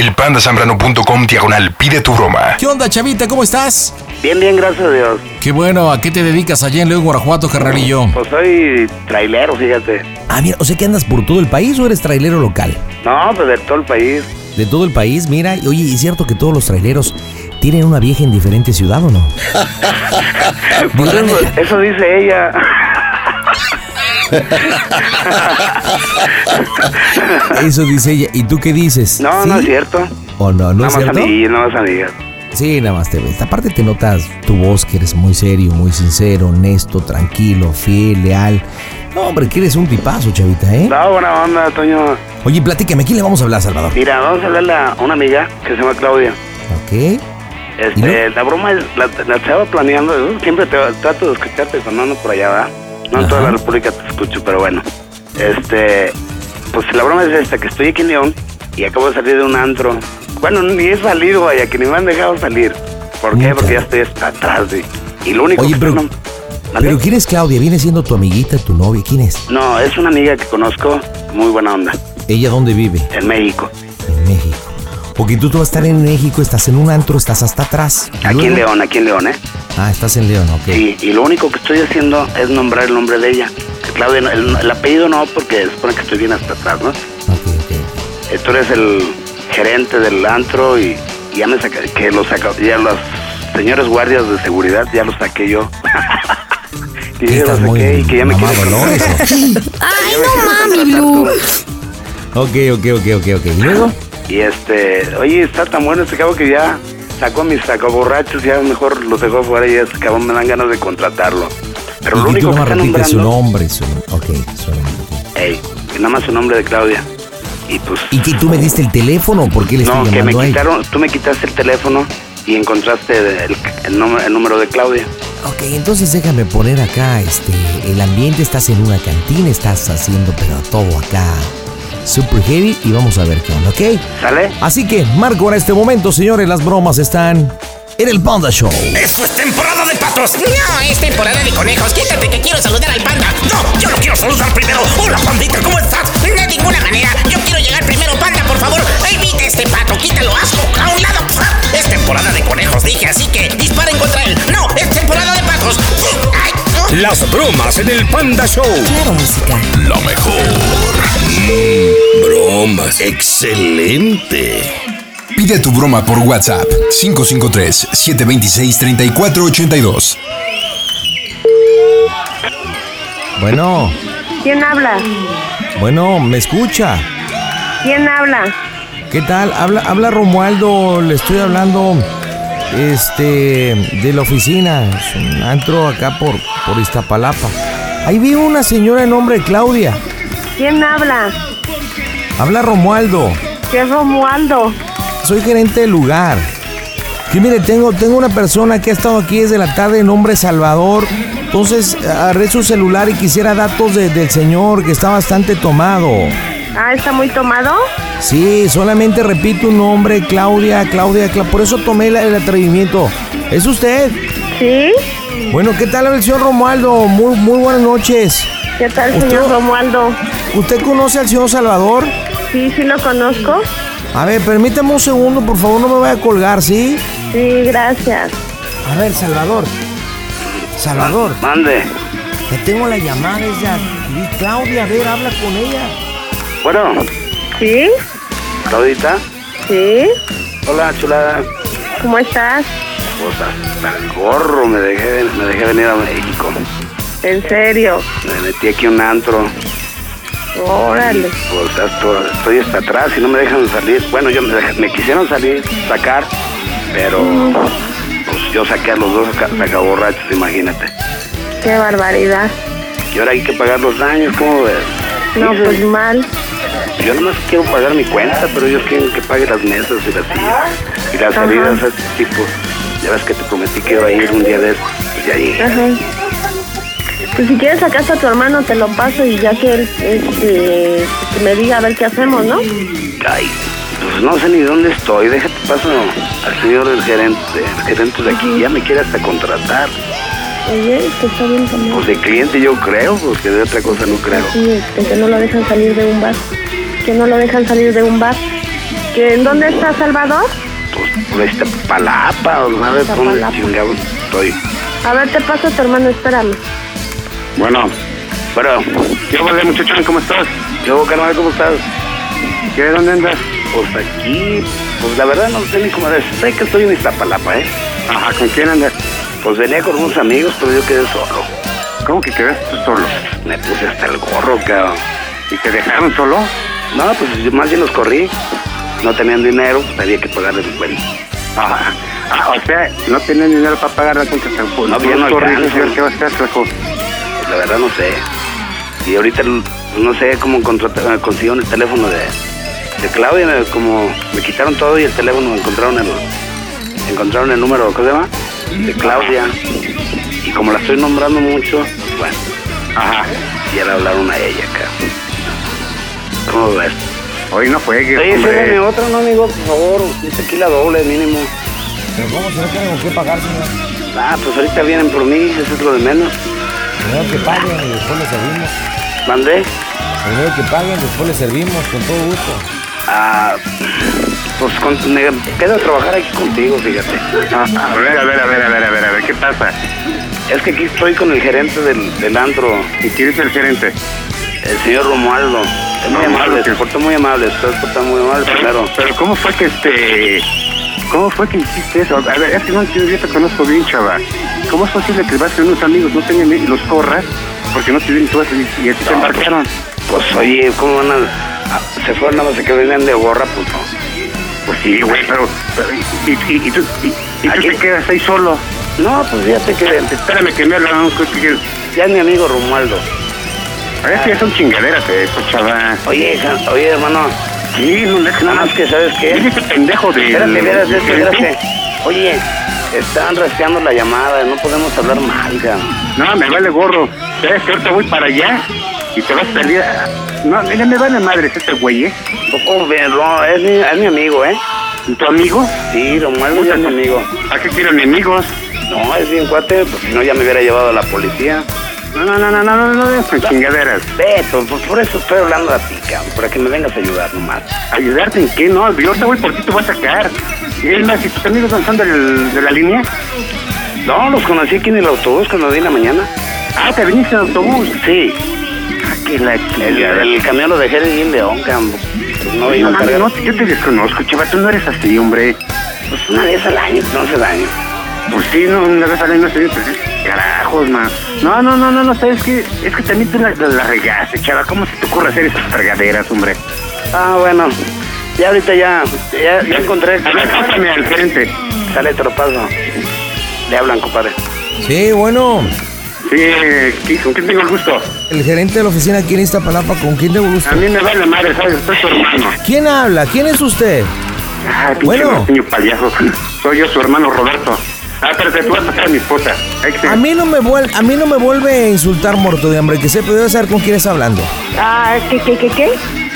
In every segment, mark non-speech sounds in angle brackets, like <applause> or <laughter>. elpandasambrano.com diagonal pide tu broma. ¿Qué onda, chavita? ¿Cómo estás? Bien, bien, gracias a Dios. Qué bueno, ¿a qué te dedicas allá en León, Guanajuato, carnalillo? Pues soy trailero, fíjate. Ah, mira, o sea que andas por todo el país o eres trailero local? No, pues de todo el país. De todo el país, mira, oye, ¿y es cierto que todos los traileros tienen una vieja en diferente ciudad <laughs> o no? Pues eso, <laughs> eso <laughs> dice ella. Eso dice ella. ¿Y tú qué dices? No, ¿Sí no es cierto. ¿O no? ¿No es Nada más cierto? amiguillos, nada más amiguillos. Sí, nada más te ves. Aparte te notas tu voz que eres muy serio, muy sincero, honesto, tranquilo, fiel, leal. No, hombre, que eres un tipazo, chavita, ¿eh? No, buena onda, Toño. Oye, platícame, ¿a quién le vamos a hablar, Salvador? Mira, vamos a hablarle a una amiga que se llama Claudia. ¿Ok? ¿Y Este, no? la broma es- la, la estaba planeando. yo Siempre te, trato de escucharte cuando ando por allá, ¿verdad? No en toda la República te escucho, pero bueno. Este, pues la broma es esta, que estoy aquí en León y acabo de salir de un antro. Bueno, ni he salido, vaya, que ni me han dejado salir. ¿Por qué? Nunca. Porque ya estoy hasta atrás, güey. Y lo único Oye, que pero- no- ¿Mande? ¿Pero quién es Claudia? ¿Viene siendo tu amiguita, tu novia? ¿Quién es? No, es una amiga que conozco, muy buena onda, ¿Ella dónde vive? en México, En México. Porque tú, tú vas a estar en México, estás en un antro, estás hasta atrás. ¿Y aquí en luego? León, aquí en León, ¿eh? Ah, estás en León, ok. Sí, y lo único que estoy haciendo es nombrar el nombre de ella. Que Claudia, no- el, el apellido no, porque se supone que estoy bien hasta atrás, ¿no? Ok, ok. Eh, Tú eres el gerente del antro y, y ya me saca, que los saca, ya los señores guardias de seguridad ya los saqué yo. <laughs> ¿Qué que ya los estás muy saqué y que ya me mamá quieres Dolores, o qué? <laughs> Ay, no mami, Ok, ok, ok, ok, ok. ¿Y luego? Y este, oye, está tan bueno este cabo que ya sacó a mis sacoborrachos, ya mejor los dejó fuera y este cabo me dan ganas de contratarlo. Pero lo y que tú único que nomás está repites su nombrando, nombre, su Ok, su nombre. ey, que nada más su nombre de Claudia. Y pues, ¿Y que tú me diste el teléfono? ¿Por qué le estoy no, que me llamando a él? quitaron, tú me quitaste el teléfono y encontraste el, el nom- el número de Claudia. Ok, entonces déjame poner acá, este, el ambiente, estás en una cantina, estás haciendo pero todo acá super heavy y vamos a ver qué onda, ¿ok? ¿Sale? Así que, Marco, en este momento, señores, las bromas están en el Panda Show. ¡Eso es temporada de patos! No, es temporada de conejos. Quítate que quiero saludar al panda. ¡No! ¡Yo lo quiero saludar primero! ¡Hola, pandita! ¿Cómo estás? De ninguna manera. Yo quiero llegar primero, panda, por favor. Evita este pato. Quítalo, asco. A un lado. Es temporada de conejos, dije, así que Disparen contra él. No, es temporada de patos. Ay, no. Las bromas en el Panda Show. Claro, música. Lo mejor. Mm, bromas. Excelente. Pide tu broma por WhatsApp 553 726 3482. Bueno, ¿Quién habla? bueno, ¿me escucha? ¿Quién habla? ¿Qué tal? Habla, habla Romualdo, le estoy hablando este de la oficina, es un antro acá por, por Iztapalapa. Ahí vi una señora de nombre Claudia. ¿Quién habla? Habla Romualdo. ¿Qué es Romualdo? Soy gerente del lugar. Que mire, tengo, tengo una persona que ha estado aquí desde la tarde, nombre Salvador. Entonces, agarré su celular y quisiera datos de- del señor que está bastante tomado. Ah, ¿está muy tomado? Sí, solamente repito un nombre, Claudia, Claudia, Cla- por eso tomé la- el atrevimiento. ¿Es usted? ¿Sí? Bueno, ¿qué tal el señor Romualdo? Muy, muy buenas noches. ¿Qué tal, ¿Usted? señor Romualdo? ¿Usted conoce al señor Salvador? Sí, sí lo conozco. A ver, permítame un segundo, por favor, no me vaya a colgar, ¿sí? Sí, gracias. A ver, Salvador. Salvador, Mande. te tengo la llamada, es la- y Claudia, a ver, habla con ella. Bueno, ¿Sí? Claudita. Sí. Hola, chulada. ¿Cómo estás? Pues hasta el gorro me dejé, me dejé venir a México. En serio. Me metí aquí a un antro. Órale. Pues hasta- estoy hasta atrás y no me dejan salir. Bueno, yo me, dej- me quisieron salir, sacar, pero pues yo saqué a los dos saca- sacaborrachos, imagínate. Qué barbaridad. Y ahora hay que pagar los daños, ¿cómo ves? No, Dices, pues mal. Yo nomás quiero pagar mi cuenta, pero ellos quieren que pague las mesas y las sillas y las Ajá. salidas, ese tipo. Ya ves que te prometí que iba a ir un día de estos, pues ya llegué. Ajá. Pues si quieres sacaste a tu hermano, te lo paso y ya que él este, que me diga a ver qué hacemos, ¿no? Ay, pues no sé ni dónde estoy. Déjate paso al señor del gerente. El gerente de aquí ya me quiere hasta contratar. Oye, que está bien también. Pues de cliente yo creo, porque de otra cosa no creo. Sí, este, que no lo dejan salir de un bar. Que no lo dejan salir de un bar. ¿Que en dónde está Salvador? Pues por esta palapa, o sabes dónde Tapalapa. chingado estoy. A ver, te paso a tu hermano, espérame. Bueno, bueno. ¿Qué pasa, muchachón? ¿Cómo estás? Yo, carnal, ¿cómo estás? ¿Qué? ¿Dónde andas? Pues aquí, pues la verdad no sé ni cómo eres. Sé que estoy en Iztapalapa, ¿eh? Ajá, ¿con quién andas? Pues venía con unos amigos, pero yo quedé solo. ¿Cómo que quedaste solo? Me puse hasta el gorro, cabrón. ¿Y te dejaron solo? No, pues yo más bien los corrí. No tenían dinero, pues había que pagarles el cuento. Ajá. Ah, o sea, no tenían dinero para pagar la cuenta. No, pues ya no alcanza. ¿Qué va a hacer, flaco? Pues La verdad no sé. Y ahorita l- no sé cómo contrata- consiguieron el teléfono de, de Claudia, me- eh, como me quitaron todo y el teléfono encontraron el encontraron el número, ¿cómo se llama? De Claudia. Y como la estoy nombrando mucho, bueno, ajá, ya le hablaron a ella acá. ¿Cómo ves? Hoy no juegues, Oye, hombre. mi otra, no amigo, por favor, es aquí la doble mínimo. Pero ¿cómo será que tengo que pagar, señor? Ah, pues ahorita vienen por mí, eso es lo de menos. Primero que paguen y después le servimos. ¿Mandé? Primero que paguen, después le servimos, con todo gusto. Ah, pues con, me quedo a trabajar aquí contigo, fíjate. Ah, A ver, a ver, a ver, a ver, a ver, a ver, ¿qué pasa? Es que aquí estoy con el gerente del, del antro, ¿Y quién es el gerente? el señor Romualdo. Es muy Romualdo, amable, ¿qué? se portó muy amable, usted se portó muy amable primero. Pero ¿cómo fue que este... ¿Cómo fue que hiciste eso? A ver, es que no entiendo, yo te conozco bien, chava. ¿Cómo es posible que vas con unos amigos, no tengan y los corras, porque no te dieron tu y, y a ti te embarcaron? Pues oye, ¿cómo van a...? ah, se fueron nada más a que venían de gorra, pues no. Pues sí, güey, pero... pero- y, y- y tú, y- y tú Aquí- te quedas ahí solo. No, pues fíjate que Espérame que me hablan unos cosas que... ya es mi amigo Romualdo. Parece que son chingaderas eso, chava. Oye, ja- oye, hermano, Sí, no, es que nada más que, ¿sabes qué? Es ese pendejo de... ¿Eh? Espérate, espérate, espérate. Oye, están rastreando la llamada, no podemos hablar mal, cabrón. No, me vale gorro. ¿Sabes que ahorita voy para allá y te vas a salir? a- No, mira, me vale madres este güey, ¿eh? Poco bien, Oh, no, es mi, es mi amigo, ¿eh? ¿Tu amigo? Sí, Romualdo ya es mi amigo. ¿A qué quiero enemigos? No, es bien cuate, pues si no ya me hubiera llevado a la policía. No, no, no, no, no, no, no, no, son chingaderas. Beto, pues por eso estoy hablando a ti, cabrón, para que me vengas a ayudar nomás. ¿Ayudarte en qué? No, yo ahorita voy por ti, te voy a sacar. Y es más, si tus amigos no son del- de la línea, No, los conocí aquí en el autobús cuando vi en la mañana. ah, te viniste en autobús. Sí, Ah, que la el, chingada. el camión lo dejé en León, cabrón. Pues no iba No, a mami, cargar. no, yo te desconozco, chaval, tú no eres así, hombre. Pues una vez al año, no hace daño. Pues sí, no, una vez al año se pues, carajos, man. No, no, no, no, no, sabes que es que también tú la, la, la regaste, chava. ¿Cómo se te ocurre hacer esas fregaderas, hombre? Ah, bueno, ya ahorita ya, ya, ya encontré. A ver, pásame al gerente. Sale tropazo. Le hablan, compadre. Sí, bueno. Sí, ¿qué- ¿con quién tengo el gusto? El gerente de la oficina aquí en Iztapalapa, ¿con quién te gusta? A mí me vale madre, ¿sabes? Estoy su hermano. ¿Quién habla? ¿Quién es usted? Ah, pinche Bueno. norteño payaso. Soy yo, su hermano Roberto. Ah, espérate, tú vas a ser mi esposa. Ahí que- A mí no me vuelve, a mí no me vuelve a insultar muerto de hambre, que sepa, debe saber con quién está hablando. Ah, ¿qué, qué, qué, qué?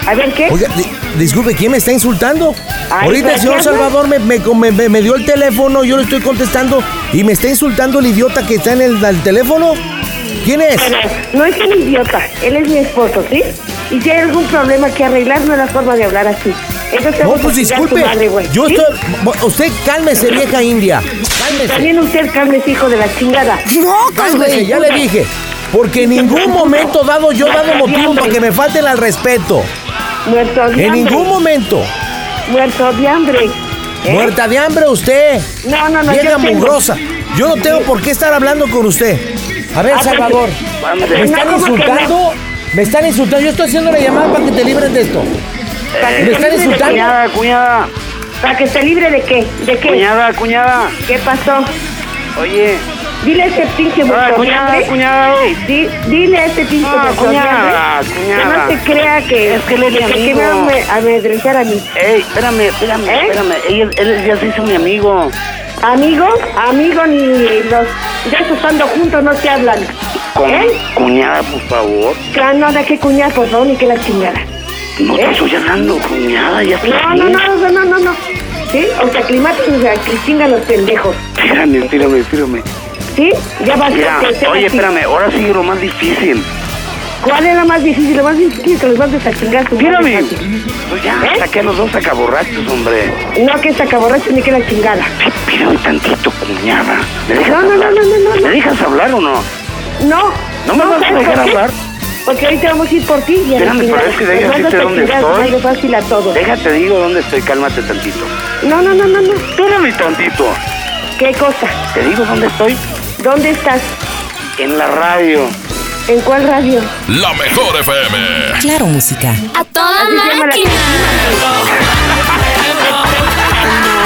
A ver, ¿qué? Oiga, di- disculpe, ¿quién me está insultando? Ay, Ahorita el señor gracias. Salvador me, me, me- me- me dio el teléfono, yo le estoy contestando y me está insultando el idiota que está en el, al teléfono. ¿Quién es? No es un idiota, él es mi esposo, ¿sí? Y si hay algún problema que arreglar, no es la forma de hablar así. Eso te No, hace chingar a tu pues disculpe. madre, güey, Yo ¿sí? estoy. bo- Usted cálmese, vieja india. Cálmese. También usted, Carles, hijo de la chingada. Cálmese, ya le dije. Porque en <laughs> ningún momento dado yo he dado motivo para que me falten al respeto. Muerto de En hambre. ningún momento. Muerto de hambre. ¿eh? Muerta de hambre usted. No, no, no. Vieja yo tengo- mugrosa. Yo no tengo por qué estar hablando con usted. A ver, Ah, pero- Salvador. Ándale. Me están No, ¿cómo que insultando. Me están insultando. Yo estoy haciendo la llamada para que te libres de esto. ¿Para que ¿Me te libre están de insultando? <laughs> qué? Eh, Cuñada, cuñada, ¿Para que esté libre de qué? ¿De qué? cuñada, cuñada. ¿Qué pasó? Oye, Dile a este pinche ah, muerto de cuñada, hambre. cuñada, oye. Di- dile a este pinche Ah, muerto de hambre cuñada, que cuñada. no se crea que Es que él es mi que- que amigo. me va a me- a amedrentar a mí. Ey, espérame, espérame, ¿Eh? espérame. Ella- él ya se hizo mi amigo. Amigo, amigo, ni los ya estando juntos no se hablan. Con- ¿Eh? Cuñada, por favor. Ah, No, de qué cuñar, por favor, ni que la chingada. No te estoy hablando, cuñada, ya estoy No, aquí. no, no, no, no, no, no. ¿Sí? O sea, aclimates, o sea, que chingan los pendejos. Tírame, tírame, tírame. ¿Sí? Ya vas Mira, a hacer oye, así. espérame, ahora sigue lo más difícil. ¿Cuál es la más difícil? La más difícil es que los mandes a chingar su Tírame. madre, fácil. Pues ya, ¿Eh? saqué a los dos sacaborrachos, hombre. No, que sacaborrachos ni que la chingada. Pírame tantito, cuñada. ¿Me dejas No, no, hablar? no, no, no, no. ¿Me dejas hablar o no? No. ¿No me vas a ¿sabes dejar por qué? hablar? Porque ahorita vamos a ir por ti y a la Espérame, pero chingada. es que Los déjame mandas a decirte dónde chingar su estoy. madre fácil a todos. Déjate, digo dónde estoy, cálmate tantito. No, no, no, no, no. Espérame tantito. ¿Qué cosa? ¿Te digo dónde estoy? ¿Dónde estás? En la radio. ¿En cuál radio? La mejor FM. Claro Música. A toda Así se llama la máquina.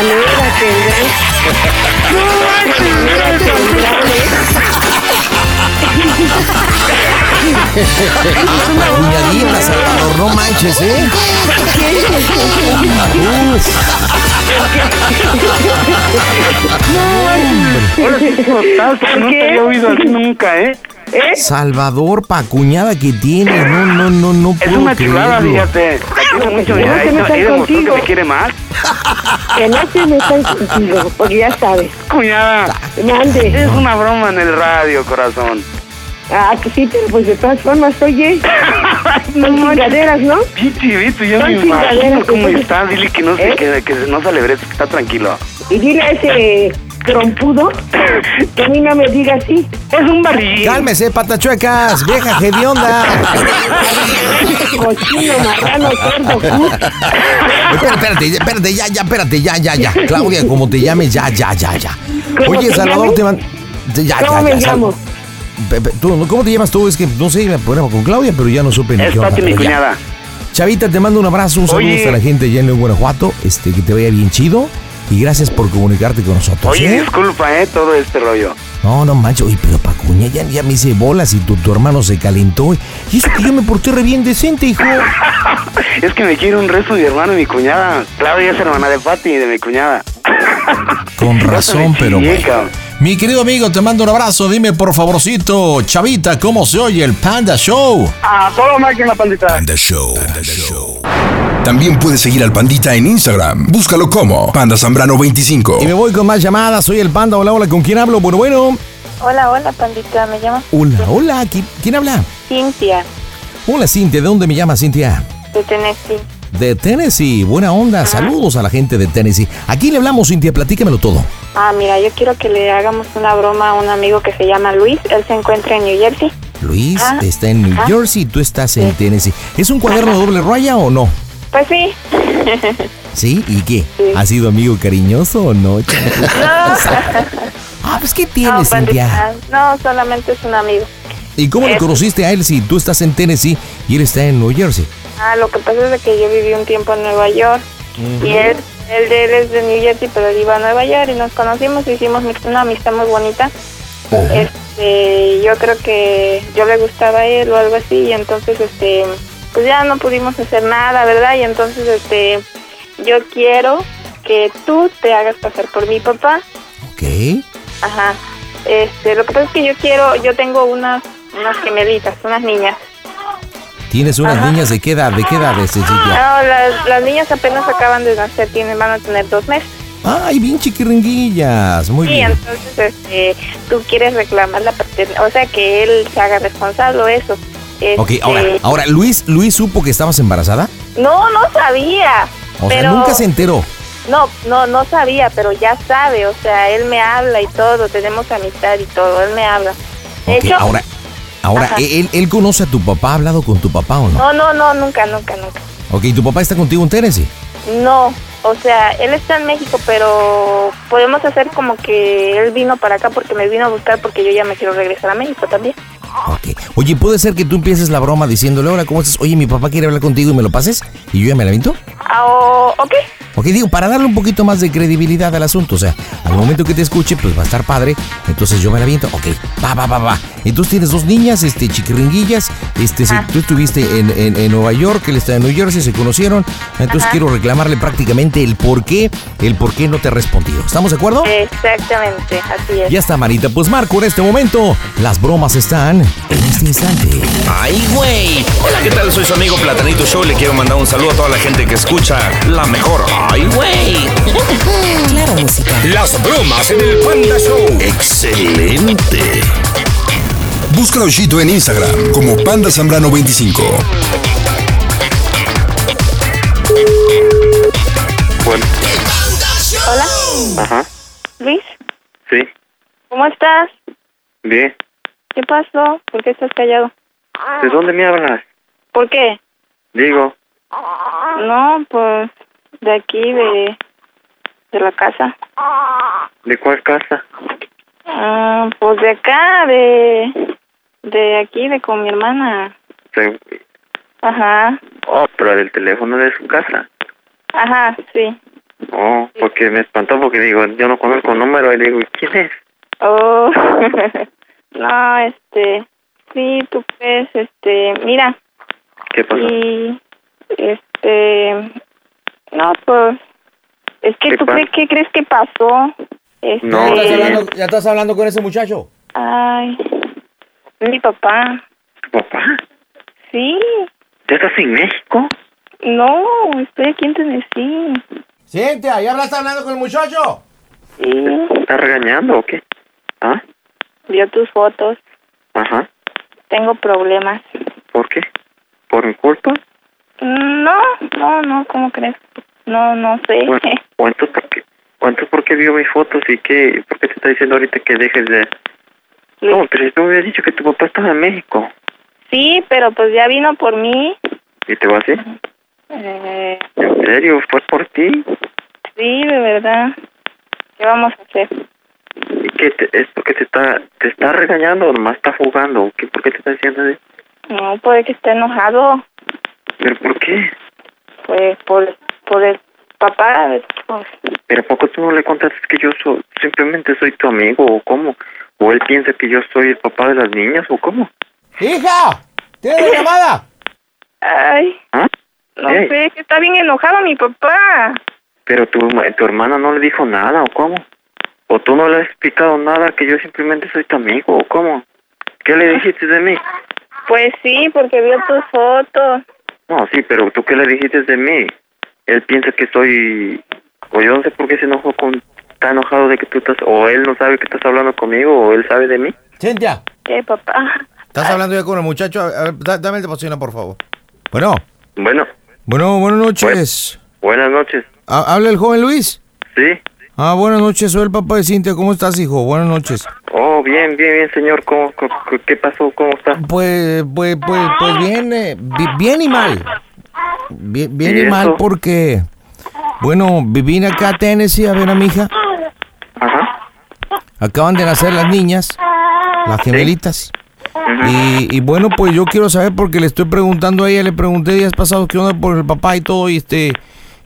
Manera tendrán. Manera tendrán. Cuñadita, Salvador, no manches, ¿eh? Ahora sí, ¿Por total, Pues no qué? te había oído así nunca, ¿eh? ¿Eh? Salvador, pa cuñada que tiene. No, no, no, no Es puedo una chulada, creerlo. fíjate. La quiero mucho, No mira, se ahí metan ahí demostró que contigo. me quiere más. Que no se metan contigo, porque ya sabes. Cuñada, Mande. es una broma en el radio, corazón. Ah, pues sí, pero pues de todas formas, <laughs> oye. Son chingaderas, ¿no? Sí, chivito, ya Son me imagino chingaderas, cómo entonces- está. Dile que no, se, ¿Eh? que, que no se alebre, que está tranquilo. Y dile a ese trompudo que a mí no me diga así. Es un barril. Cálmese, patachuecas, vieja hedionda. <laughs> Cochino, marrano, cerdo, puto. espérate, espérate, ya, ya, espérate, ya, ya, ya. Claudia, como te llames, ya, ya, ya, ya. ¿Cómo Oye, te llamas? Salvador, te van. te- Ya, ¿Cómo ya, me ya, Sal- llamo? Pe- pe- tú, ¿Cómo te llamas tú? Es que no sé, me ponemos con Claudia, pero ya no supe ni Es qué onda, Pati, mi pero ya. cuñada. Chavita, te mando un abrazo, un saludo Oye. a la gente allá en León, Guanajuato. Este, que te vaya bien chido. Y gracias por comunicarte con nosotros. Oye, ¿eh? disculpa, ¿eh? Todo este rollo. No, no manches, oye, pero Pacuña ya, ya me hice bolas y tu, tu hermano se calentó. Y eso que yo me porté re bien decente, hijo. Es que me quiere un resto de mi hermano y mi cuñada. Claudia es hermana de Pati y de mi cuñada. Con Ya se me razón, pero chillé, bueno. cabrón. Mi querido amigo, te mando un abrazo. Dime por favorcito, Chavita, ¿cómo se oye el Panda Show? A toda máquina, pandita. Panda Show. También puedes seguir al Pandita en Instagram. Búscalo como Panda Zambrano 25. Y me voy con más llamadas. Soy el Panda. Hola, hola, ¿con quién hablo? Bueno, bueno. Hola, hola, pandita. Me llamo Hola, hola, ¿qui- ¿quién habla? Cintia, Hola, Cintia, ¿de dónde me llamas, Cintia? de Tennessee. De Tennessee, buena Ah. onda. Saludos a la gente de Tennessee. Aquí le hablamos, Cintia, platícamelo todo. Ah, mira, yo quiero que le hagamos una broma a un amigo que se llama Luis. Él se encuentra en New Jersey. Luis Ah, está en New ah. Jersey, tú estás en Tennessee. ¿Es un cuaderno de doble raya o no? Pues sí. <laughs> ¿Sí? ¿Y qué? Sí. ¿Ha sido amigo cariñoso <laughs> o no? No, ah, pues ¿qué no, tienes, Cintia? pandita. No, solamente es un amigo. ¿Y cómo le Es- conociste a él si tú estás en Tennessee y él está en New Jersey? Ah, lo que pasa es de que yo viví un tiempo en Nueva York. Y él, él de él es de New Jersey, pero él iba a Nueva York y nos conocimos, hicimos mi- una amistad muy bonita. Este, yo creo que yo le gustaba a él o algo así y entonces este pues ya no pudimos hacer nada, ¿verdad? Y entonces este yo quiero que tú te hagas pasar por mi papá. Ok. Ajá. Este, lo que pasa es que yo quiero, yo tengo unas unas gemelitas, unas niñas. ¿Tienes unas niñas de qué edad? ¿De qué edad este Cintia? No, las, las niñas apenas acaban de nacer, tienen, van a tener dos meses. Ay, bien chiquiringuillas. Muy Sí, bien. entonces este, tú quieres reclamar la paternidad, o sea, que él se haga responsable de eso. Ok, Este, ahora, ahora Luis, Luis supo que estabas embarazada. No, no sabía. O sea, pero nunca se enteró. No, no, no sabía, pero ya sabe, o sea, él me habla y todo, tenemos amistad y todo, él me habla. De Ok, hecho, ahora, ahora ¿e-, Ajá. él, él conoce a tu papá, ha hablado con tu papá o no. no, no, no, nunca, nunca, nunca. Ok, ¿tu papá está contigo en Tennessee? No, O sea, él está en México, pero podemos hacer como que él vino para acá porque me vino a buscar porque yo ya me quiero regresar a México también. Oye, ¿puede ser que tú empieces la broma diciéndole, hola, ¿cómo estás? Oye, mi papá quiere hablar contigo y me lo pases y yo ya me la aviento? Ah, o- ok, Ok, digo, para darle un poquito más de credibilidad al asunto, o sea, al momento que te escuche, pues va a estar padre, entonces yo me la aviento, ok, va, va, va, va. Entonces tienes dos niñas, este, chiquiringuillas, este, se- tú estuviste en, en- en Nueva York, él está en New Jersey, se conocieron, entonces Ajá. quiero reclamarle prácticamente el por qué, el por qué no te ha respondido, ¿estamos de acuerdo? exactamente, así es. Ya está, Marita, pues Marco, en este momento, las bromas están en este instante. ¡Ay, güey! Hola, ¿qué tal? Soy su amigo Platanito Show. Le quiero mandar un saludo a toda la gente que escucha la mejor. ¡Ay, güey! Claro, música. Las bromas en el Panda Show. ¡Excelente! Busca a Oshito en Instagram como Panda Zambrano 25. Bueno, Hola, ajá, Luis, sí, ¿cómo estás? bien. ¿Qué pasó? ¿Por qué estás callado? Ah, ¿De dónde me hablas? ¿Por qué? Digo, No, pues de aquí, de, de la casa. ¿de cuál casa? Ah, pues de acá, de, de aquí, de con mi hermana. Se- Ajá, Oh, pero del teléfono de su casa. ajá, sí. Oh, porque me espantó porque digo, yo no conozco el número y digo, ¿y quién es? Oh, <laughs> no, este, sí, tú pues, este, mira, ¿Qué pasó? y, este, no, pues, es que ¿Qué tú pa- crees, ¿qué crees que pasó? Este, No, pues, ¿Estás hablando ¿Ya estás hablando con ese muchacho? ay, mi papá, ¿Tu papá? sí, ¿Ya estás en México? no, estoy aquí en Tennessee, Cintia, ¿ya estás hablando con el muchacho? sí, ¿Te ¿Estás regañando o qué? ¿Ah? vio tus fotos, Ajá. tengo problemas. ¿Por qué? ¿Por mi <laughs> culpa? No, no, no, ¿cómo crees? No, no sé. Bueno, ¿o entonces por qué? o entonces por qué vio mis fotos y qué? ¿Por qué te está diciendo ahorita que dejes de...? No, pero si tú me hubieras dicho que tu papá estaba en México. <laughs> Sí, pero pues ya vino por mí. ¿Y te vas a ir? Eh, ¿En serio? ¿Fue por ti? sí, de verdad. ¿Qué vamos a hacer? ¿Y qué? Te, ¿Es porque te está, te está regañando o nomás está jugando? ¿O qué? ¿Por qué te está diciendo eso? No, puede que esté enojado, ¿Pero por qué? pues por, por el papá. pues, ¿Pero a poco tú no le contaste que yo soy, simplemente soy tu amigo o cómo? ¿O él piensa que yo soy el papá de las niñas o cómo? ¡Hija! ¡Tienes llamada! ay, ¿Ah? no Ey. sé, que está bien enojado mi papá. ¿Pero tu, tu hermana no le dijo nada o cómo? ¿O tú no le has explicado nada que yo simplemente soy tu amigo o cómo? ¿Qué le dijiste de mí? Pues sí, porque vio tus fotos. No, sí, pero ¿tú qué le dijiste de mí? Él piensa que soy... O yo no sé por qué se enojó con... Está enojado de que tú estás... O él no sabe que estás hablando conmigo o él sabe de mí. Cintia, ¿Qué, papá? ¿estás hablando ya con el muchacho? A ver, da- dame el de bocina, por favor. Bueno, Bueno, bueno, buenas noches. buenas noches. Ha- ¿Habla el joven Luis? Sí. Ah, buenas noches, soy el papá de Cintia. ¿Cómo estás, hijo? Buenas noches. Oh, bien, bien, bien, señor. ¿Cómo, co- co- qué pasó? ¿Cómo está? Pues, pues, pues, pues bien, eh, bi- bien y mal. Bien, bien ¿Y y eso? mal porque, bueno, viví acá a Tennessee a ver a mi hija. Ajá. Acaban de nacer las niñas, las gemelitas. Y, y bueno, pues yo quiero saber porque le estoy preguntando a ella, le pregunté días pasados qué onda por el papá y todo, y este,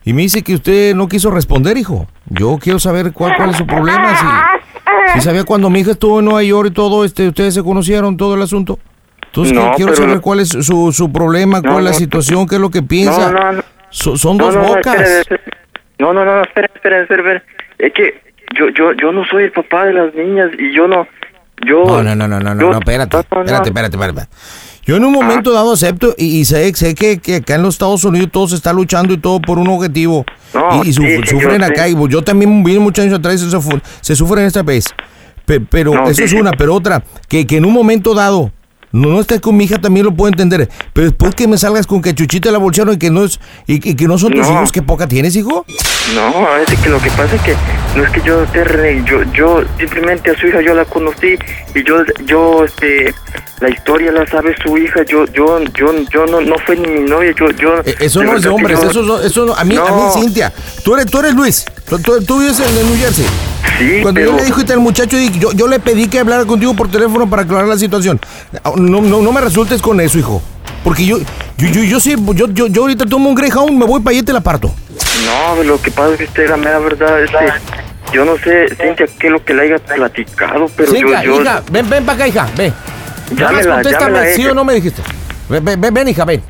y me dice que usted no quiso responder, hijo. Yo quiero saber cuál, cuál es su problema, si, si sabía cuando mi hija estuvo en Nueva York y todo, este, ustedes se conocieron, todo el asunto. Entonces No, que- quiero pero- saber cuál es su, su problema, No, cuál es la no. situación, qué es lo que No, piensa. no, no. So- son No, dos no, no, bocas. espera, espera. No, no, no, no, espera, espera, espera, espera. Es que yo, yo, yo no soy el papá de las niñas y yo no... Yo, No, no, no, no, no, no, yo- no, espérate, no, no, no. espérate, espérate, espérate. Yo Ah. en un momento dado acepto y, y sé, sé que, que acá en los Estados Unidos todo se está luchando y todo por un objetivo. No, y y su- sí, sí, sufren yo acá. sé. Y bo- yo también vi muchos años atrás y se, fu- se sufren esta vez. Pe- pero No, eso sí, es sí. una, pero otra, que, que en un momento dado No, no esté con mi hija, también lo puedo entender. Pero después que me salgas con que Chuchita la bolsearon y que no es, y, que- y que no son tus No. hijos, ¿qué poca tienes, hijo? No, es que lo que pasa es que no es que yo esté re- yo, yo simplemente a su hija yo la conocí y yo, yo, este, la historia la sabe su hija, yo, yo, yo, yo no, no fue ni mi novia, yo, yo. Eso no es de verdad que eh, hombres, no- eso, no- eso no- a mí, a mí, No. Cintia. Tú eres, tú eres Luis, tú, tú- tú vives en en New Jersey. Sí, Cuando yo pero- le dije al muchacho, dije, yo, yo le pedí que hablara contigo por teléfono para aclarar la situación. Ah, No, no, no me resultes con eso, hijo. Porque yo, yo, yo, yo sí, yo, yo, yo ahorita tomo un Greyhound, me voy para allá y te la parto. No, lo que pasa es que usted, la mera verdad, este, yo no sé, Cintia, qué es lo que le haya platicado, pero Cintia, yo, yo. hija, ven, ven para acá, hija, ve. Nada más Llámela, contéstame llámela sí ella. o no me dijiste. Ven, ven, ven, ven, hija, ven.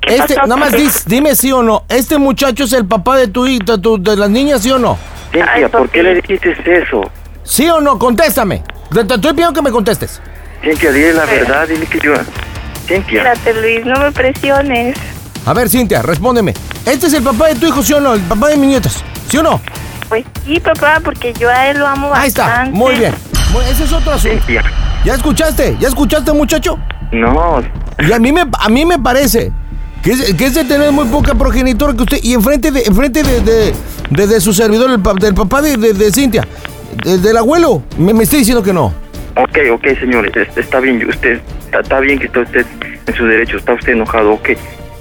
qué Este, pasó? nada más dis- dime sí o no. ¿Este muchacho es el papá de tu hija, tu- de las niñas, sí o no? Cintia, ¿por qué le dijiste eso? ¿Sí o no? Contéstame. Te, te estoy pidiendo que me contestes. Cintia, dile la verdad, dile que yo. Cintia, Espérate, Luis, no me presiones. A ver, Cintia, respóndeme. ¿Este es el papá de tu hijo, sí o no? El papá de mis nietos, ¿sí o no? Pues sí, papá, porque yo a él lo amo bastante. Ahí está, muy bien. Bueno, ese es otro asunto. Cintia. ¿Ya escuchaste? ¿Ya escuchaste, muchacho? No, Y a mí me, a mí me parece que es, que es de tener muy poca progenitora que usted. Y enfrente de, enfrente de, de, de- de su servidor, el pa- del papá de, de- de Cintia, de- del abuelo, me, me está diciendo que no. Ok, ok, señores, es- está bien, usted está, está bien que está usted en su derecho, está usted enojado, ok.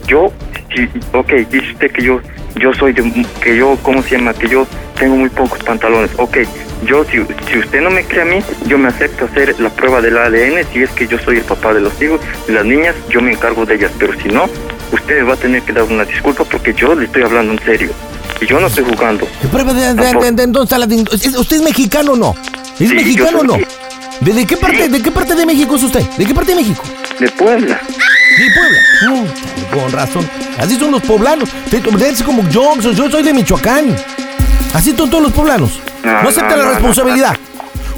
Yo, sí, ok, dice usted que yo, yo soy de, que yo, ¿cómo se llama? Que yo tengo muy pocos pantalones, ok. Yo, si, si usted no me cree a mí, yo me acepto hacer la prueba del ADN, si es que yo soy el papá de los hijos, de las niñas, yo me encargo de ellas, pero si no, usted va a tener que dar una disculpa porque yo le estoy hablando en serio. Y yo no estoy jugando. Prueba de, de- de- de- ¿dónde está la din- ¿Es- ¿Usted es mexicano o no? ¿Es Sí, mexicano o yo no? soy- ¿De, de qué parte, ¿De qué parte de México es usted? ¿De qué parte de México? De Puebla. ¿De Puebla? Mm, con razón. Así son los poblanos. Te- te- Es como yo, yo soy de Michoacán. Así son todos los poblanos. No, No aceptan no, la no, responsabilidad.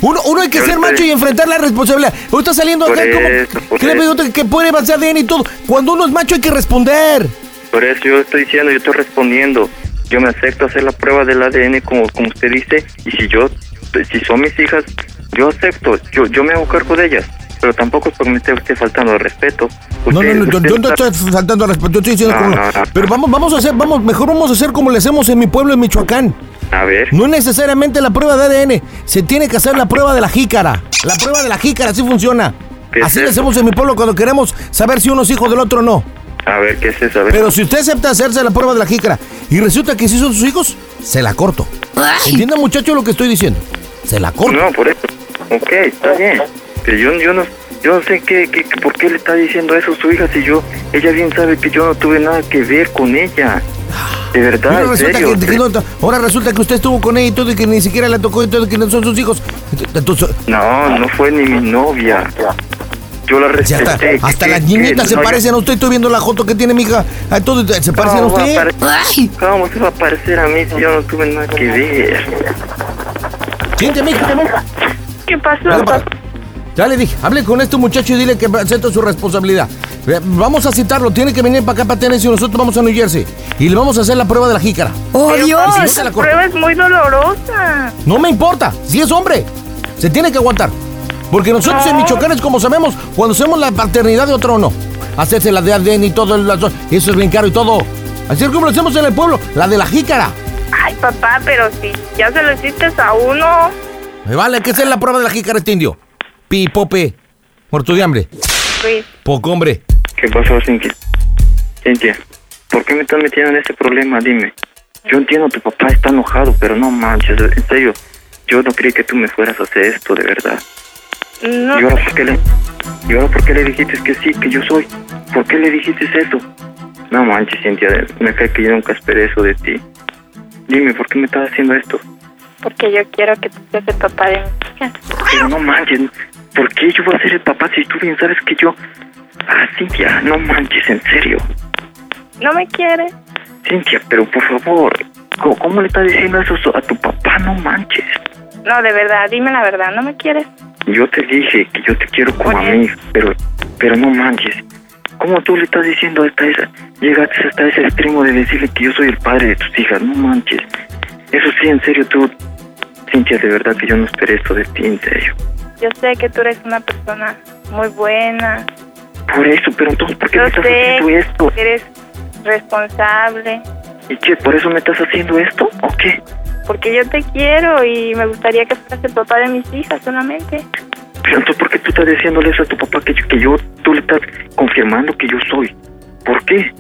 Uno, uno hay que Yo ser le macho pedí- y enfrentar la responsabilidad. Ahorita saliendo Por acá eso, como por que le eso. pregunto que puede avanzar bien y todo. Cuando uno es macho hay que responder. Por eso yo estoy diciendo, yo estoy respondiendo. Yo me acepto a hacer la prueba del ADN como, como usted dice y si yo, si son mis hijas, yo acepto, yo, yo me hago cargo de ellas. Pero tampoco es porque me esté usted faltando de respeto. No, no, Usted- no, yo, usted yo no está- estoy faltando al respeto, yo estoy diciendo No, que no. no, no. Pero vamos, vamos a hacer, vamos, mejor vamos a hacer como le hacemos en mi pueblo, en Michoacán. A ver, No es necesariamente la prueba de ADN, se tiene que hacer la prueba de la jícara. La prueba de la jícara, así funciona. ¿Qué es Así le eso? hacemos en mi pueblo cuando queremos saber si uno es hijo del otro o no. a ver, ¿qué es eso? A ver. Pero si usted acepta hacerse la prueba de la jícara y resulta que sí son sus hijos, se la corto. ¿Entiende, muchacho, lo que estoy diciendo? Se la corto. No, por eso. Ok, está bien. Pero yo, yo no yo no sé qué, qué, qué- por qué le está diciendo eso a su hija si yo, ella bien sabe que yo no tuve nada que ver con ella. De Y verdad, ahora, en resulta serio. que, que no- ahora resulta que usted estuvo con ella y todo, y que ni siquiera la tocó y todo, y que no son sus hijos. Entonces, No, no fue ni mi novia. Yo la si hasta, respeté. hasta ¿Qué- las qué? niñitas se No, yo- parecen a usted. Estoy viendo la foto que tiene mi hija. a todo, se parecen a ¿Cómo va a usted. pare- ¿Cómo se va a parecer a mí si yo no tuve nada que ver? Siente, mija. ¿Qué pasó, Dale para- papá? Ya le dije, hable con este muchacho y dile que acepta su responsabilidad. Eh, Vamos a citarlo, tiene que venir para acá para Tennessee y nosotros vamos a New Jersey. Y le vamos a hacer la prueba de la jícara. ¡Oh, Pero, Dios! papá, Y si no te Esa la corto. prueba es muy dolorosa. No me importa, si es hombre, se tiene que aguantar. Porque nosotros en Michoacán es como sabemos, cuando hacemos la paternidad de otro o no. Hacerse la de ADN y todo, el- eso es bien caro y todo. Así es como lo hacemos en el pueblo, la de la jícara. Ay, papá, pero si ya se lo hiciste a uno. Me vale, hay que hacer la prueba de la jícara este indio. Pipope, muerto de hambre, Luis, poco hombre. ¿Qué pasó, Cintia? Cintia, ¿por qué me estás metiendo en este problema? Dime. Yo entiendo, tu papá está enojado, pero no manches, en serio. Yo no creí que tú me fueras a hacer esto, de verdad. no. ¿Y ahora por qué le, y ahora por qué le dijiste que sí, que yo soy? ¿Por qué le dijiste eso? No manches, Cintia, me cae que yo nunca esperé eso de ti. Dime, ¿por qué me estás haciendo esto? Porque yo quiero que tú seas el papá de mi hija. Pero no manches, ¿por qué yo voy a ser el papá si tú bien sabes que yo... Ah, Cintia, no manches, en serio. No me quiere. Cintia, pero por favor, ¿cómo, cómo le estás diciendo eso so- a tu papá? No manches. No, de verdad, dime la verdad, no me quieres. Yo te dije que yo te quiero como a mí, pero, pero no manches. ¿Cómo tú le estás diciendo hasta esa... Llegaste hasta ese extremo de decirle que yo soy el padre de tus hijas, no manches. Eso sí, en serio, tú... Cintia, de verdad que yo no esperé esto de ti, en serio. Yo sé que tú eres una persona muy buena. Por eso, pero entonces, ¿por qué Yo me estás sé haciendo esto? que eres responsable, ¿Y qué? ¿Por eso me estás haciendo esto? ¿O qué? porque yo te quiero y me gustaría que fueras el papá de mis hijas solamente. Pero entonces, ¿por qué tú estás diciéndoles a tu papá que yo, que yo tú le estás confirmando que yo soy? ¿Por qué?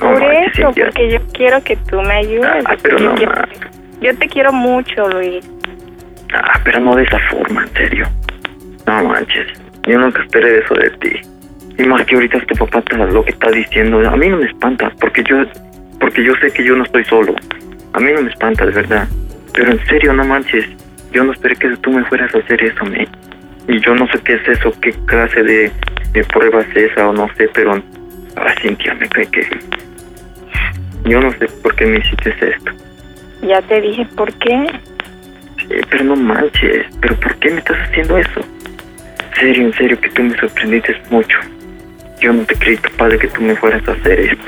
No Por manches, eso, Cintia. porque yo quiero que tú me ayudes. Ah, pero no, yo, ma. yo te quiero mucho, Luis. Ah, pero no de esa forma, en serio. No manches. Yo nunca esperé eso de ti. Y más que ahorita este papá está- lo que está diciendo, a mí no me espanta, porque yo, porque yo sé que yo no estoy solo. A mí no me espanta, de verdad. Pero en serio, no manches. Yo no esperé que tú me fueras a hacer eso, me. Y yo no sé qué es eso, qué clase de, de prueba es esa o no sé, pero... Ah, Cintia, me cae que... Yo no sé por qué me hiciste esto. Ya te dije por qué. Eh, pero no manches, pero ¿por qué me estás haciendo eso? En serio, en serio, que tú me sorprendiste mucho. Yo no te creí capaz de que tú me fueras a hacer esto.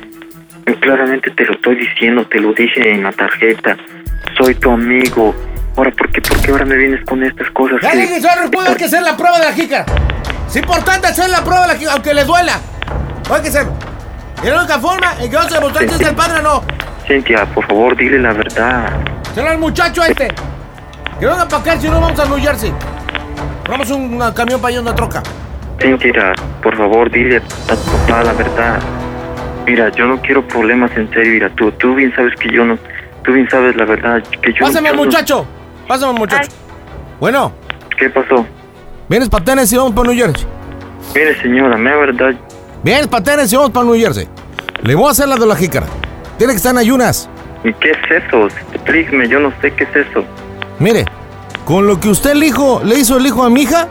Y claramente te lo estoy diciendo, te lo dije en la tarjeta. Soy tu amigo. Ahora, ¿por qué, por qué ahora me vienes con estas cosas? Ya que- dije, Zorro, puedo hay que hacer la prueba de la jícara. Es importante hacer la prueba de la jícara, aunque le duela. Hay que hacerlo. Y la única forma en que vamos a demostrar que es el padre o no. Cintia, por favor, dile la verdad. Será el muchacho este. Que venga para acá, si no vamos a New Jersey. Vamos un una camión para allá, una troca. Cintia, por favor, dile a tu papá la verdad. Mira, yo no quiero problemas en serio, mira, tú, tú bien sabes que yo no... Tú bien sabes la verdad, que yo... Pásame al yo no- muchacho. Pásame al muchacho. Bueno. ¿Qué pasó? Vienes para Tennessee y vamos para New Jersey. Mire, señora, me verdad. Vienes para Tennessee y vamos para New Jersey. Le voy a hacer la de la jícara. Tiene que estar en ayunas. ¿Y qué es eso? Explíqueme, yo no sé qué es eso. Mire, con lo que usted el hijo, le hizo el hijo a mi hija,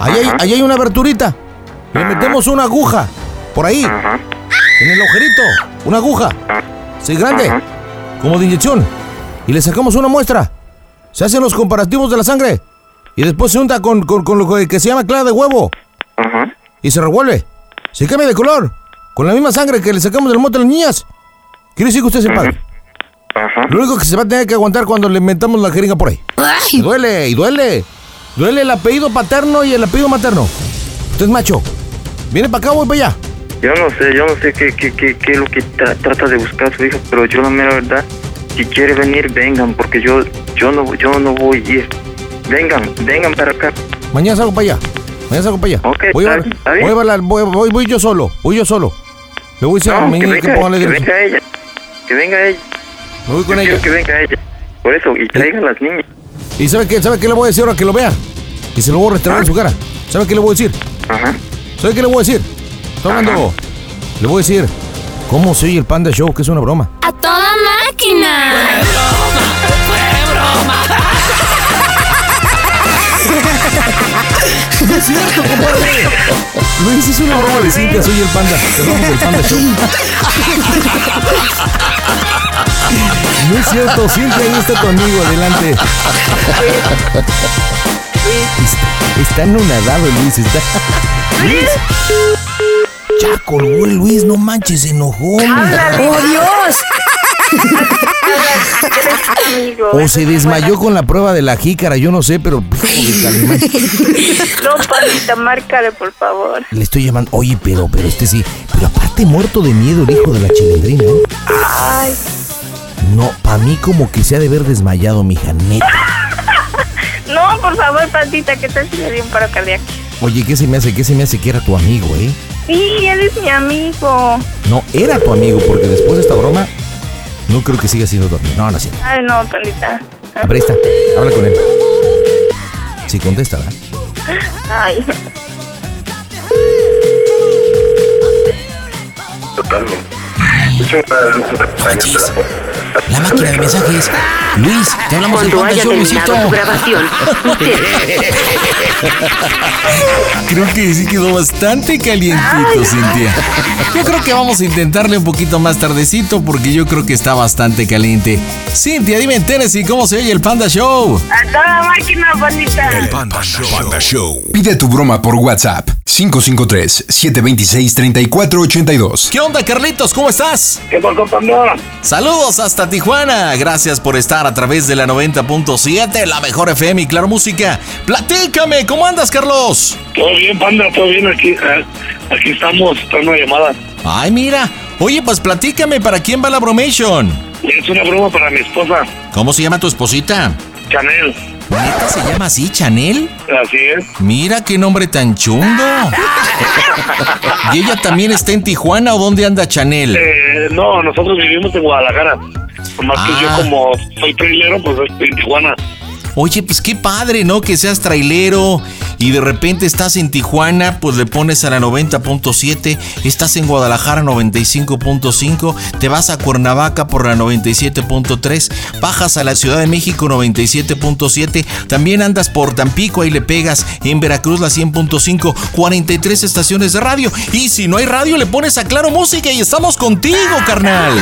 ahí hay, ahí hay una aberturita. Le metemos una aguja, por ahí, en el agujerito, una aguja. Sí, grande, como de inyección. Y le sacamos una muestra. Se hacen los comparativos de la sangre. Y después se unta con, con- con lo que- que se llama clara de huevo. Y se revuelve. Se cambia de color. Con la misma sangre que le sacamos del mote a las niñas. Quiere decir que usted se paga. Lo único que se va a tener que aguantar cuando le inventamos la jeringa por ahí. Y duele, y duele. Duele el apellido paterno y el apellido materno. Usted es macho. Viene para acá, voy para allá. Yo no sé, yo no sé qué, qué, qué, qué es lo que tra- trata de buscar su hijo, pero yo la mera verdad, si quiere venir, vengan, porque yo, yo, no, yo no voy a ir. Vengan, vengan para acá. Mañana salgo para allá. Mañana salgo para allá. voy, a llevar- bien. voy a llevarla- voy- voy- voy yo solo. Voy yo solo. Le voy a decir a No, mi que, niña que venga, ponga la que dirección. venga ella, que venga ella. Me voy con Yo ella. ¿Eh? quiero que venga ella. Por eso, y traigan las niñas. ¿Y sabe qué, sabe qué le voy a decir ahora que lo vea? Y se lo voy a restaurar en su cara. ¿Sabe qué le voy a decir? Ah. Ajá. ¿Sabe qué le voy a decir? Está hablando. Le voy a decir, ¿cómo se oye el Panda Show? Que es una broma. A toda máquina. No es cierto, compadre. Luis es una broma de Cintia, soy el panda. Perdón, el panda show. No es cierto, Cintia ahí está conmigo, este adelante. Está, está anonadado Luis, está. Luis. Ya colgó el Luis, no manches, se enojó. hombre. ¡Oh, Dios! O se desmayó con la prueba de la jícara, yo no sé, pero. No, Pandita, márcale, por favor. Le estoy llamando. Oye, pero, pero este sí. Pero aparte, muerto de miedo el hijo de la chilindrina, ¿eh? Ay, No, para mí como que se ha de haber desmayado, mija, neta. no, por favor, Pandita, que te si le di un paro cardíaco? Oye, ¿qué se me hace? ¿Qué se me hace que era tu amigo, eh? Sí, él es mi amigo. No, era tu amigo, porque después de esta broma, no creo que siga siendo tu amigo. No, no es cierto. Ay, no, Pandita. A ver, ahí está. Habla con él. Sí, contesta, ¿verdad? Ay. La máquina de mensajes. Luis, te hablamos del Cuando haya contacto, Luisito. terminado tu <laughs> grabación, Creo que sí quedó bastante calientito, Cintia. Yo creo que vamos a intentarle un poquito más tardecito porque yo creo que está bastante caliente. Cintia, dime en Tennessee cómo se oye el Panda Oh. Show. A toda máquina, Pandita. Panda Show. Pide tu broma por WhatsApp 553-726-3482. ¿Qué onda, Carlitos? ¿Cómo estás? ¿Qué por compa Saludos hasta Tijuana. Gracias por estar a través de la 90.7, la mejor FM y Claro Música. Platícame, ¿cómo andas, Carlos? Todo bien, panda, todo bien. Aquí, eh, aquí estamos, está una llamada. Ay, mira. Oye, pues platícame, ¿para quién va la bromation? Es una broma para mi esposa, ¿Cómo se llama tu esposita? Chanel. ¿Neta se llama así, Chanel? Así es. Mira qué nombre tan <laughs> chungo. ¿Y ella también está en Tijuana o dónde anda Chanel? Eh, no, nosotros vivimos en Guadalajara. Más que yo como soy trailero, pues estoy en Tijuana. Oye, pues qué padre, ¿no? Que seas trailero y de repente estás en Tijuana, pues le pones a la 90.7, estás en Guadalajara 95.5, te vas a Cuernavaca por la 97.3, bajas a la Ciudad de México 97.7, también andas por Tampico, ahí le pegas, en Veracruz la 100.5, 43 estaciones de radio y si no hay radio le pones a Claro Música y estamos contigo, carnal.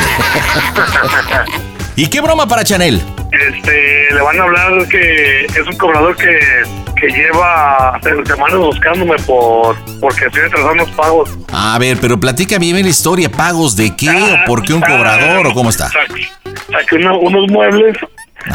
¿Y qué broma para Chanel? Este, le van a hablar que es un cobrador que, que lleva semanas buscándome por porque estoy atrasando unos pagos. A ver, pero platícame bien la historia. ¿Pagos de qué? ¿O por qué un cobrador? ¿O cómo está? Saqué una- unos muebles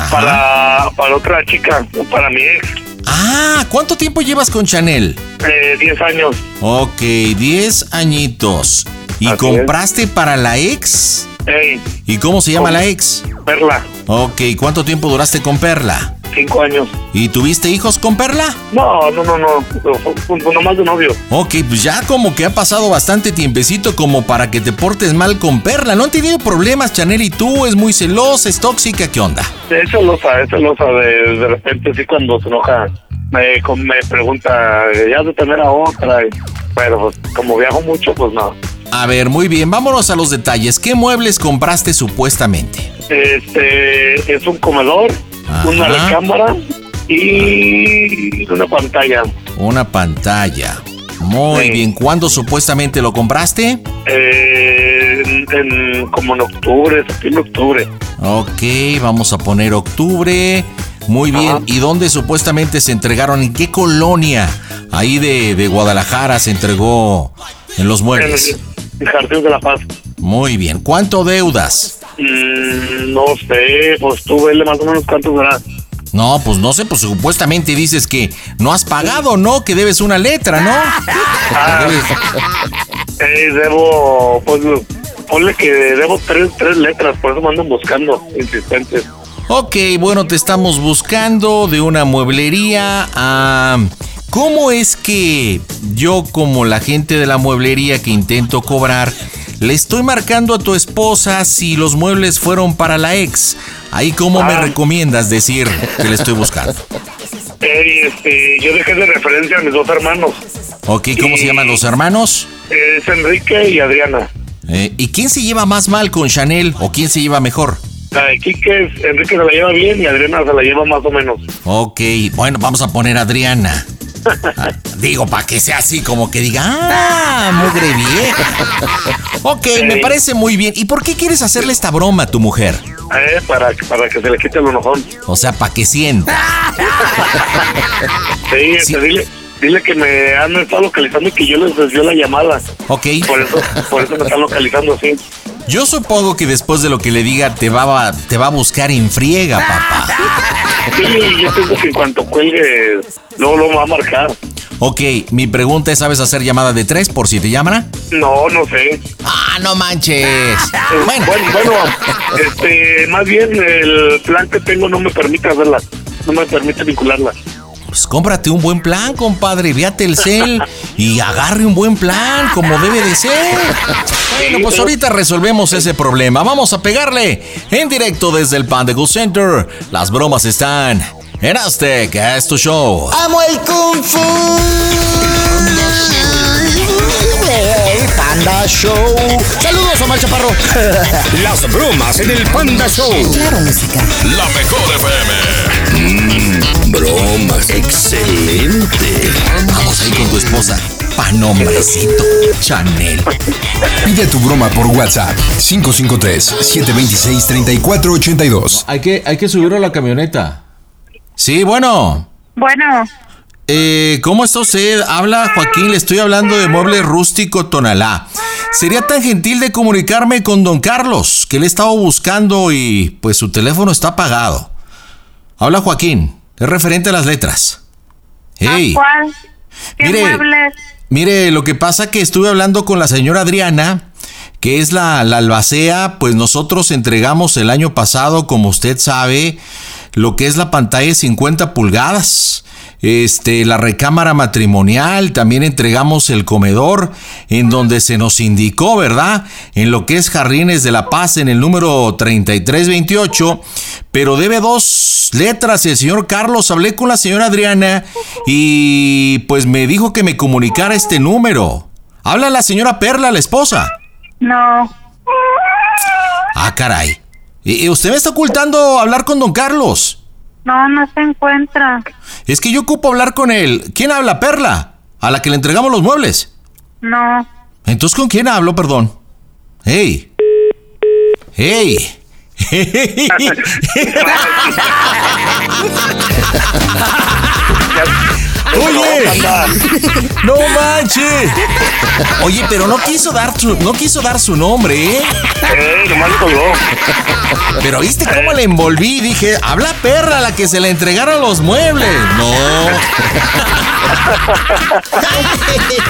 para, para otra chica, para mi ex, Ah, ¿cuánto tiempo llevas con Chanel? de 10 años. Ok, 10 añitos. ¿Y compraste para la ex? Ey, ¿Y cómo se llama la ex? Perla, Ok, ¿cuánto tiempo duraste con Perla? 5 años. ¿Y tuviste hijos con Perla? No, no, no, no, no, no, nomás de novio. Ok, pues ya como que ha pasado bastante tiempecito como para que te portes mal con Perla. ¿No han tenido problemas Chanel y tú? ¿Es muy celosa? ¿Es tóxica? ¿Qué onda? Es celosa, es celosa. De, de repente, sí, cuando se enoja, me, con- me pregunta, ¿ya has de tener a otra? Y, pero, pues, como viajo mucho, pues no. A ver, muy bien, vámonos a los detalles. ¿Qué muebles compraste supuestamente? Este, es un comedor, una recámara y una pantalla. Una pantalla. Muy bien, ¿cuándo supuestamente lo compraste? Eh, en- en- como en octubre, septiembre, octubre. Ok, vamos a poner octubre. Muy bien, ¿y dónde supuestamente se entregaron? ¿En qué colonia? Ahí de, de Guadalajara se entregó en los muebles. El Jardín de la Paz. Muy bien, ¿cuánto deudas? Mm, no sé, pues tú vele más o menos cuánto será. No, pues no sé, pues supuestamente dices que no has pagado, ¿no? Que debes una letra, ¿no? Ah, <laughs> eh, debo, pues, ponle que debo tres, tres letras, por eso me andan buscando, insistentes. Ok, bueno, te estamos buscando de una mueblería a... ¿Cómo es que yo como la gente de la mueblería que intento cobrar, le estoy marcando a tu esposa si los muebles fueron para la ex? Ahí cómo Ah. me recomiendas decir que le estoy buscando. Eh, este, yo dejé de referencia a mis dos hermanos, Ok, ¿cómo se llaman los hermanos? es Enrique y Adriana. Eh, ¿Y quién se lleva más mal con Chanel o quién se lleva mejor? La de Quique, es- Enrique se la lleva bien y Adriana se la lleva más o menos. Ok, bueno, vamos a poner a Adriana. Ah, Digo, para que sea así como que diga, ah, mugre vieja. Ok, me parece muy bien. ¿Y por qué quieres hacerle esta broma a tu mujer? Eh, para, para que se le quite el enojón. O sea, para que sienta. Sí, este, dile, dile que me han estado localizando y que yo les desvió la llamada. Ok. Por eso, por eso me están localizando, sí. Yo supongo que después de lo que le diga te va a, te va a buscar en friega, papá. Sí, yo pienso que en cuanto cuelgue, luego lo va a marcar. Ok, mi pregunta es, ¿sabes hacer llamada de tres por si te llaman? No, no sé. Ah, no manches. <laughs> Bueno, bueno, este, más bien el plan que tengo no me permite hacerla, no me permite vincularla. Pues cómprate un buen plan, compadre. Véate el cel y agarre un buen plan, como debe de ser. Bueno, pues ahorita resolvemos ese problema. Vamos a pegarle en directo desde el Panda Gold Center. Las bromas están en Aztec. Es tu show. Amo el Kung Fu. El Panda Show. Saludos a Chaparro. <laughs> Las bromas en el Panda Show. Claro, <laughs> música. La mejor FM. Bromas, excelente. Vamos ahí con tu esposa. Panombrecito. Chanel. Pide tu broma por WhatsApp 553-726-3482. Hay que, hay que subirlo a la camioneta. Sí, bueno. Bueno, Eh, ¿Cómo está usted? Habla Joaquín, le estoy hablando de Mueble Rústico Tonalá. Sería tan gentil de comunicarme con don Carlos, que le he estado buscando y pues su teléfono está apagado. Habla Joaquín, es referente a las letras. Ah, Hey. ¿Cuál? ¿Qué Mire. muebles? Mire, lo que pasa que estuve hablando con la señora Adriana, que es la, la albacea, pues nosotros entregamos el año pasado, como usted sabe, lo que es la pantalla de 50 pulgadas. Este, la recámara matrimonial, también entregamos el comedor, en donde se nos indicó, ¿verdad? En lo que es Jardines de la Paz, en el número 3328, pero debe dos letras. El señor Carlos, hablé con la señora Adriana y pues me dijo que me comunicara este número. Habla la señora Perla, la esposa. No, Ah, caray. ¿Y y usted me está ocultando hablar con don Carlos? no, no se encuentra. Es que yo ocupo hablar con él. ¿Quién habla, Perla? A la que le entregamos los muebles. No. Entonces, ¿con quién hablo, perdón? ¡Ey! ¡Ey! ¡Oye! ¡No manches! Oye, pero no quiso dar su, no quiso dar su nombre, ¿eh? Pero viste cómo le envolví, dije, habla perra la que se le entregaron los muebles. No.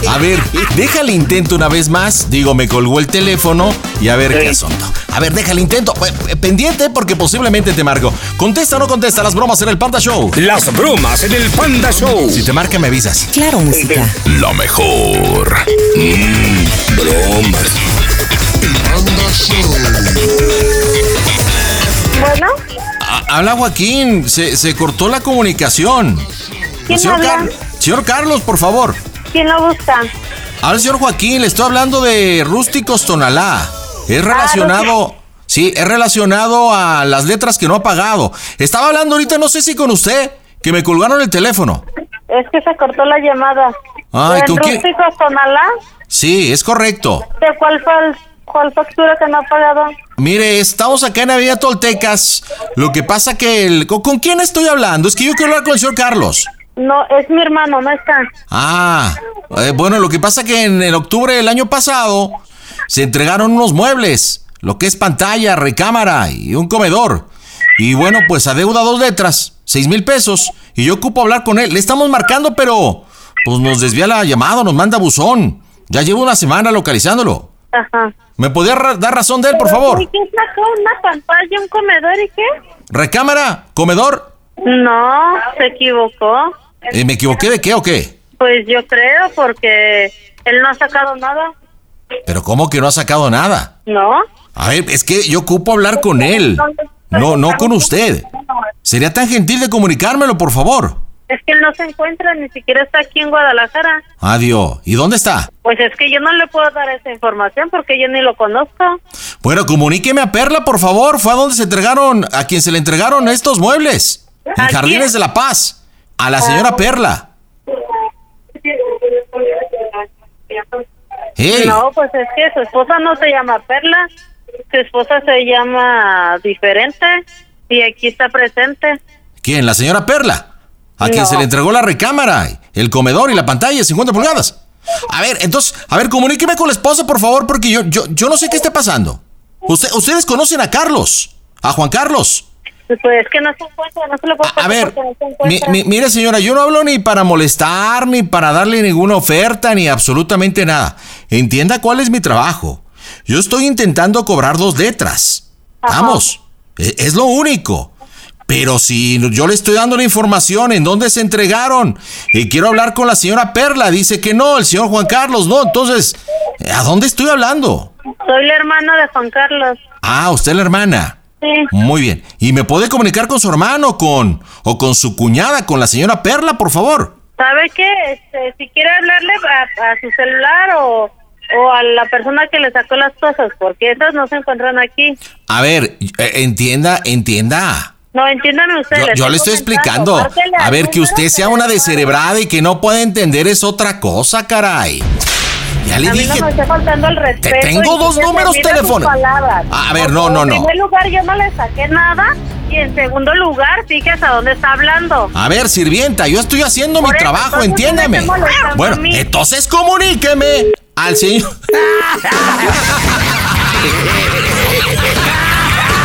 A ver, déjale intento una vez más. Digo, me colgó el teléfono y a ver qué asunto. A ver, déjale intento. Eh, Pendiente porque posiblemente te marco. Contesta o no contesta las bromas en el Panda Show. Las bromas en el Panda Show. Si te marca, me avisas. Claro, música. Lo mejor. Mm, bromas. Bueno, Ha- Habla Joaquín, se, se cortó la comunicación. ¿Quién señor, habla? señor Carlos, por favor. ¿quién lo busca? Al señor Joaquín, le estoy hablando de Rústicos Tonalá. Es relacionado, sí, es relacionado a las letras que no ha pagado. Estaba hablando ahorita, no sé si con usted, que me colgaron el teléfono. Es que se cortó la llamada. Ay, ¿El ¿con quién? rústico Tonalá? Sí, es correcto. ¿De cuál, fue el- cuál factura que no ha pagado? Mire, estamos acá en Avenida Toltecas. Lo que pasa que el... ¿Con, con quién estoy hablando? Es que yo quiero hablar con el señor Carlos. No, es mi hermano, no está. Ah, eh, bueno, lo que pasa que en el octubre del año pasado se entregaron unos muebles, lo que es pantalla, recámara y un comedor. Y bueno, pues adeuda dos letras, seis mil pesos, y yo ocupo hablar con él. Le estamos marcando, pero pues nos desvía la llamada, nos manda buzón. Ya llevo una semana localizándolo. Ajá. ¿Me podía ra- dar razón de él, por Pero, favor? ¿y ¿Quién sacó una pantalla, un comedor y qué? ¿Recámara? ¿Comedor? No, se equivocó. Eh, ¿Me equivoqué de qué o qué? Pues yo creo, porque él no ha sacado nada. Pero ¿cómo que no ha sacado nada? ¿No? A ver, es que yo ocupo hablar con él. No, no con usted. Sería tan gentil de comunicármelo, por favor. Es que él no se encuentra, ni siquiera está aquí en Guadalajara. Adiós. ¿Y dónde está? Pues es que yo no le puedo dar esa información porque yo ni lo conozco. Bueno, comuníqueme a Perla, por favor. Fue a donde se entregaron, a quien se le entregaron estos muebles. En quién? Jardines de la Paz. A la señora Perla. Ey. No, pues es que su esposa no se llama Perla, su esposa se llama diferente y aquí está presente. ¿Quién? La señora Perla. A quien No. se le entregó la recámara, el comedor y la pantalla de 50 pulgadas. A ver, entonces, a ver, comuníqueme con la esposa, por favor, porque yo, yo, yo no sé qué esté pasando. Usted- ustedes conocen a Carlos, a Juan Carlos. Pues es que no se encuentra, no se lo puedo A pasar ver, porque no se mi- encuentra. mi- mire señora, yo no hablo ni para molestar, ni para darle ninguna oferta, ni absolutamente nada. Entienda cuál es mi trabajo. Yo estoy intentando cobrar dos letras. Vamos, e- es lo único. Pero si yo le estoy dando la información en dónde se entregaron y quiero hablar con la señora Perla, dice que no, el señor Juan Carlos, no, entonces, ¿a dónde estoy hablando? Soy la hermana de Juan Carlos. Ah, usted es la hermana. Sí. Muy bien. ¿Y me puede comunicar con su hermano con o con su cuñada, con la señora Perla, por favor? ¿Sabe qué? Este, si quiere hablarle a, a su celular o, o a la persona que le sacó las cosas, porque esas no se encuentran aquí. A ver, eh, entienda, entienda. No, entiéndame usted. Yo, yo le estoy explicando. A ver, que usted sea una descerebrada y que no pueda entender es otra cosa, caray. Ya le a mí dije. no me está faltando el respeto. tengo y dos quisiera números servirle sus telefónicos. palabras. A ver, Porque no, no, no. En primer lugar, yo no le saqué nada. Y en segundo lugar, fíjese a dónde está hablando. A ver, sirvienta, yo estoy haciendo mi Por eso, trabajo, entonces, entiéndeme. ¿qué me está molestando a Bueno, mí? entonces comuníqueme al señor.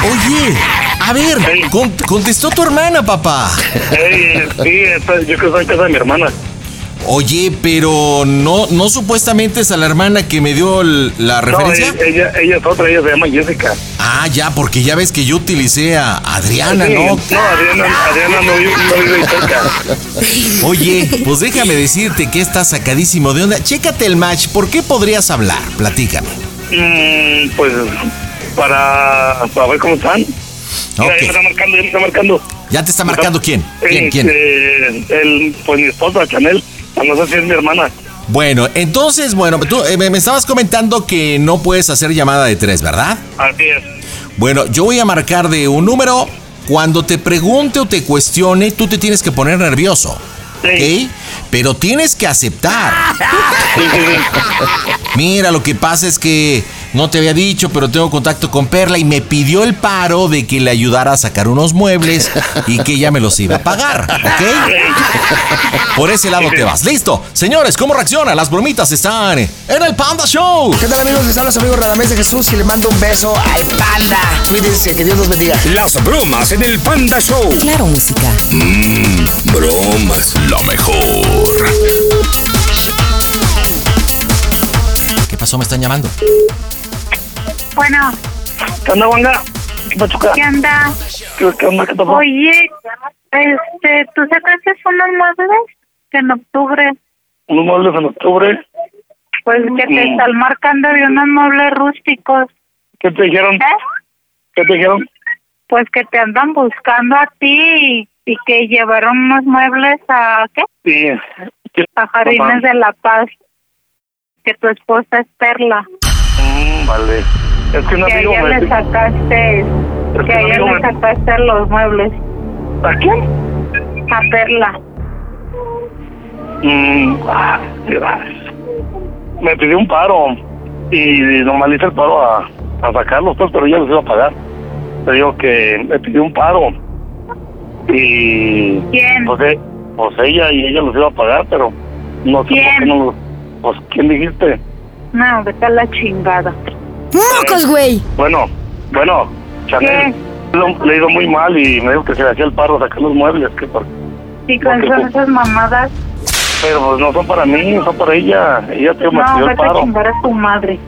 Oye, a ver, con- contestó tu hermana, papá. <laughs> Ey, sí, eh, esta- yo creo que soy en casa de mi hermana. Oye, pero no, no supuestamente es a la hermana que me dio el- la referencia. No, e- ella, ella es otra, ella se llama Jessica. Ah, ya, porque ya ves que yo utilicé a Adriana, Sí, ¿no? No, Adriana, Adriana no, vi- no vive ahí cerca. Oye, pues déjame decirte que estás sacadísimo de onda. Chécate el match, ¿por qué podrías hablar? Platícame. Mm, pues para, para ver cómo están. Mira, ya me está marcando, ya me está marcando. ¿Ya te está marcando quién? ¿Quién? Eh, ¿Quién? eh, el, pues mi esposa, Chanel. No sé si es mi hermana. Bueno, entonces, bueno, tú eh, me me estabas comentando que no puedes hacer llamada de tres, ¿verdad? Así es. Bueno, yo voy a marcar de un número. Cuando te pregunte o te cuestione, tú te tienes que poner nervioso. ¿Ok? Pero tienes que aceptar. Mira, lo que pasa es que no te había dicho, pero tengo contacto con Perla y me pidió el paro de que le ayudara a sacar unos muebles y que ella me los iba a pagar. ¿Ok? Por ese lado te vas. Listo. Señores, ¿cómo reacciona? Las bromitas están en el Panda Show. ¿Qué tal amigos? Les habla su amigo Radamés de Jesús y le mando un beso al panda. Cuídense, que Dios los bendiga. Las bromas en el Panda Show. Claro, música. Mm, Mmm, bromas, la mejor. ¿Qué pasó? Me están llamando. Bueno, ¿Qué onda, Wanga? ¿Qué pachuca? ¿qué anda? ¿Qué, qué onda? ¿Qué pasó? Oye, este, ¿tú sacaste unos muebles en octubre? Unos muebles en octubre. Pues que te Mm. están marcando de unos muebles rústicos. ¿Qué te ¿Eh? dijeron? ¿Qué te dijeron? Pues que te andan buscando a ti y, y que llevaron unos muebles a, ¿qué? Sí. A Jardines Papá. de la Paz. Que tu esposa es Perla. Mm, vale. Es que un que a amigo ella me... le sacaste, que a ella amigo le me- sacaste los muebles. ¿A quién? A Perla. Mm, ah, me pidió un paro y nomás le hice el paro a, a sacarlos, pues, pero yo los iba a pagar. Te digo que me pidió un paro y. ¿Quién? Pues, eh, pues ella y ella los iba a pagar, pero no sé por qué ¿Quién? no los. Pues, ¿quién dijiste? No, vete a la chingada. ¡Mocos, güey! Bueno, bueno, Chanel lo- le hizo muy mal y me dijo que se le hacía el paro sacar los muebles, que por- Y con son esas mamadas, pero pues no son para mí, son para ella. Ella te me no, pidió el vete a paro. chingar a tu madre.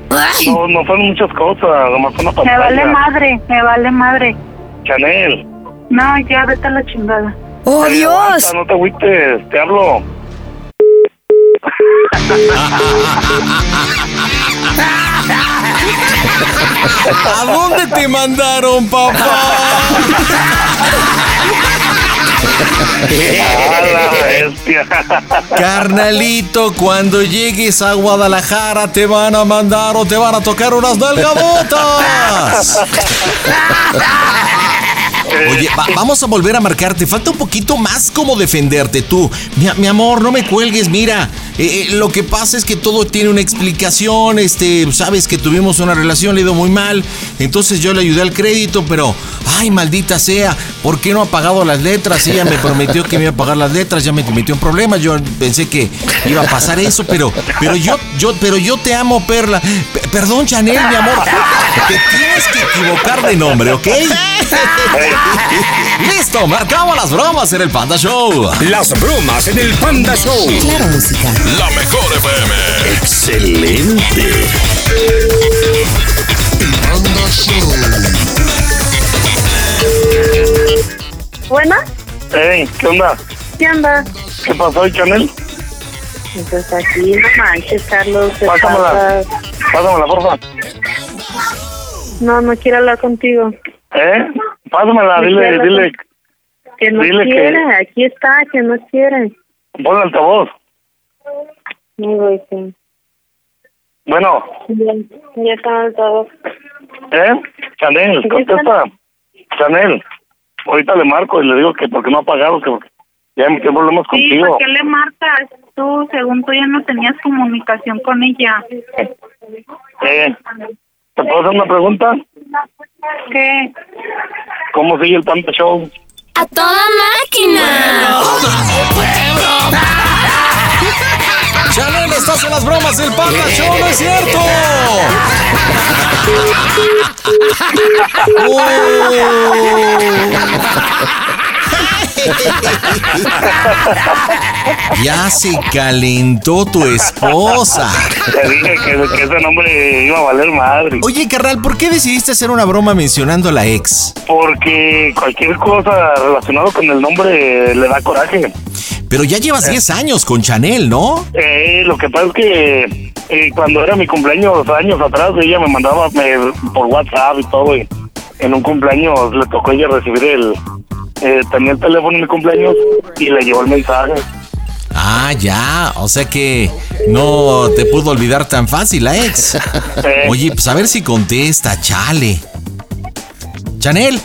No, no son muchas cosas, nomás fue una Me pantalla. vale madre, me vale madre. Chanel. No, ya vete a la chingada. ¡Oh, Dios! No te agüites, te hablo. <laughs> ¿A dónde te mandaron, papá? <laughs> ¡A la bestia! Carnalito, cuando llegues a Guadalajara te van a mandar o te van a tocar unas nalgabotas. Eh, Oye, va- vamos a volver a marcarte. Falta un poquito más como defenderte tú. Mi, mi amor, no me cuelgues. Mira, eh, eh, lo que pasa es que todo tiene una explicación. Este, sabes que tuvimos una relación, le he ido muy mal. Entonces yo le ayudé al crédito, pero, ay, maldita sea, ¿por qué no ha pagado las letras? Ella me prometió que me iba a pagar las letras, ya me metió en problemas. Yo pensé que iba a pasar eso, pero, pero yo, yo, pero yo te amo, Perla. P- perdón, Chanel, mi amor. Te tienes que equivocar de nombre, <laughs> ¿ok? Listo, marcamos las bromas en el Panda Show. Las bromas en el Panda Show. Claro, música. La mejor FM. Excelente. Bueno, Ey, ¿qué onda? ¿qué anda? ¿Qué pasó, Chanel? Pues aquí, no manches, Carlos. te Pásamela. pasas. Pásamela, porfa. No, no quiero hablar contigo. ¿Eh? Pásamela, No dile, quiero dile. Que no Dile que- quiere, aquí está, que no quiere. Pon el altavoz. No, güey, que- Bueno, Ya, ya están todos. ¿eh? Chanel, ¿Sí, contesta. Chanel, ahorita le marco y le digo que porque no ha pagado, que porque Ya qué problemas Sí, Pues contigo. ¿para qué le marcas? Tú, según tú, ya no tenías comunicación con ella. Eh, ¿Te puedo hacer una pregunta? ¿Qué? ¿Cómo sigue el Panda Show? ¡A toda máquina! <laughs> ¡Chanel, estás en las bromas del Panda Show! ¡No es cierto! Oh. Ya se calentó tu esposa. Te dije que, que ese nombre iba a valer madre. Oye, carnal, ¿por qué decidiste hacer una broma mencionando a la ex? Porque cualquier cosa relacionada con el nombre le da coraje. Pero ya Eh. llevas 10 años con Chanel, ¿no? Eh, lo que pasa es que eh, cuando era mi cumpleaños años atrás, ella me mandaba me- por WhatsApp y todo. Y en un cumpleaños le tocó a ella recibir el. Eh, tenía el teléfono en mi cumpleaños y le llevó el mensaje. Ah, ya. O sea que no te pudo olvidar tan fácil la <laughs> ex. Oye, pues a ver si contesta, chale. Chanel.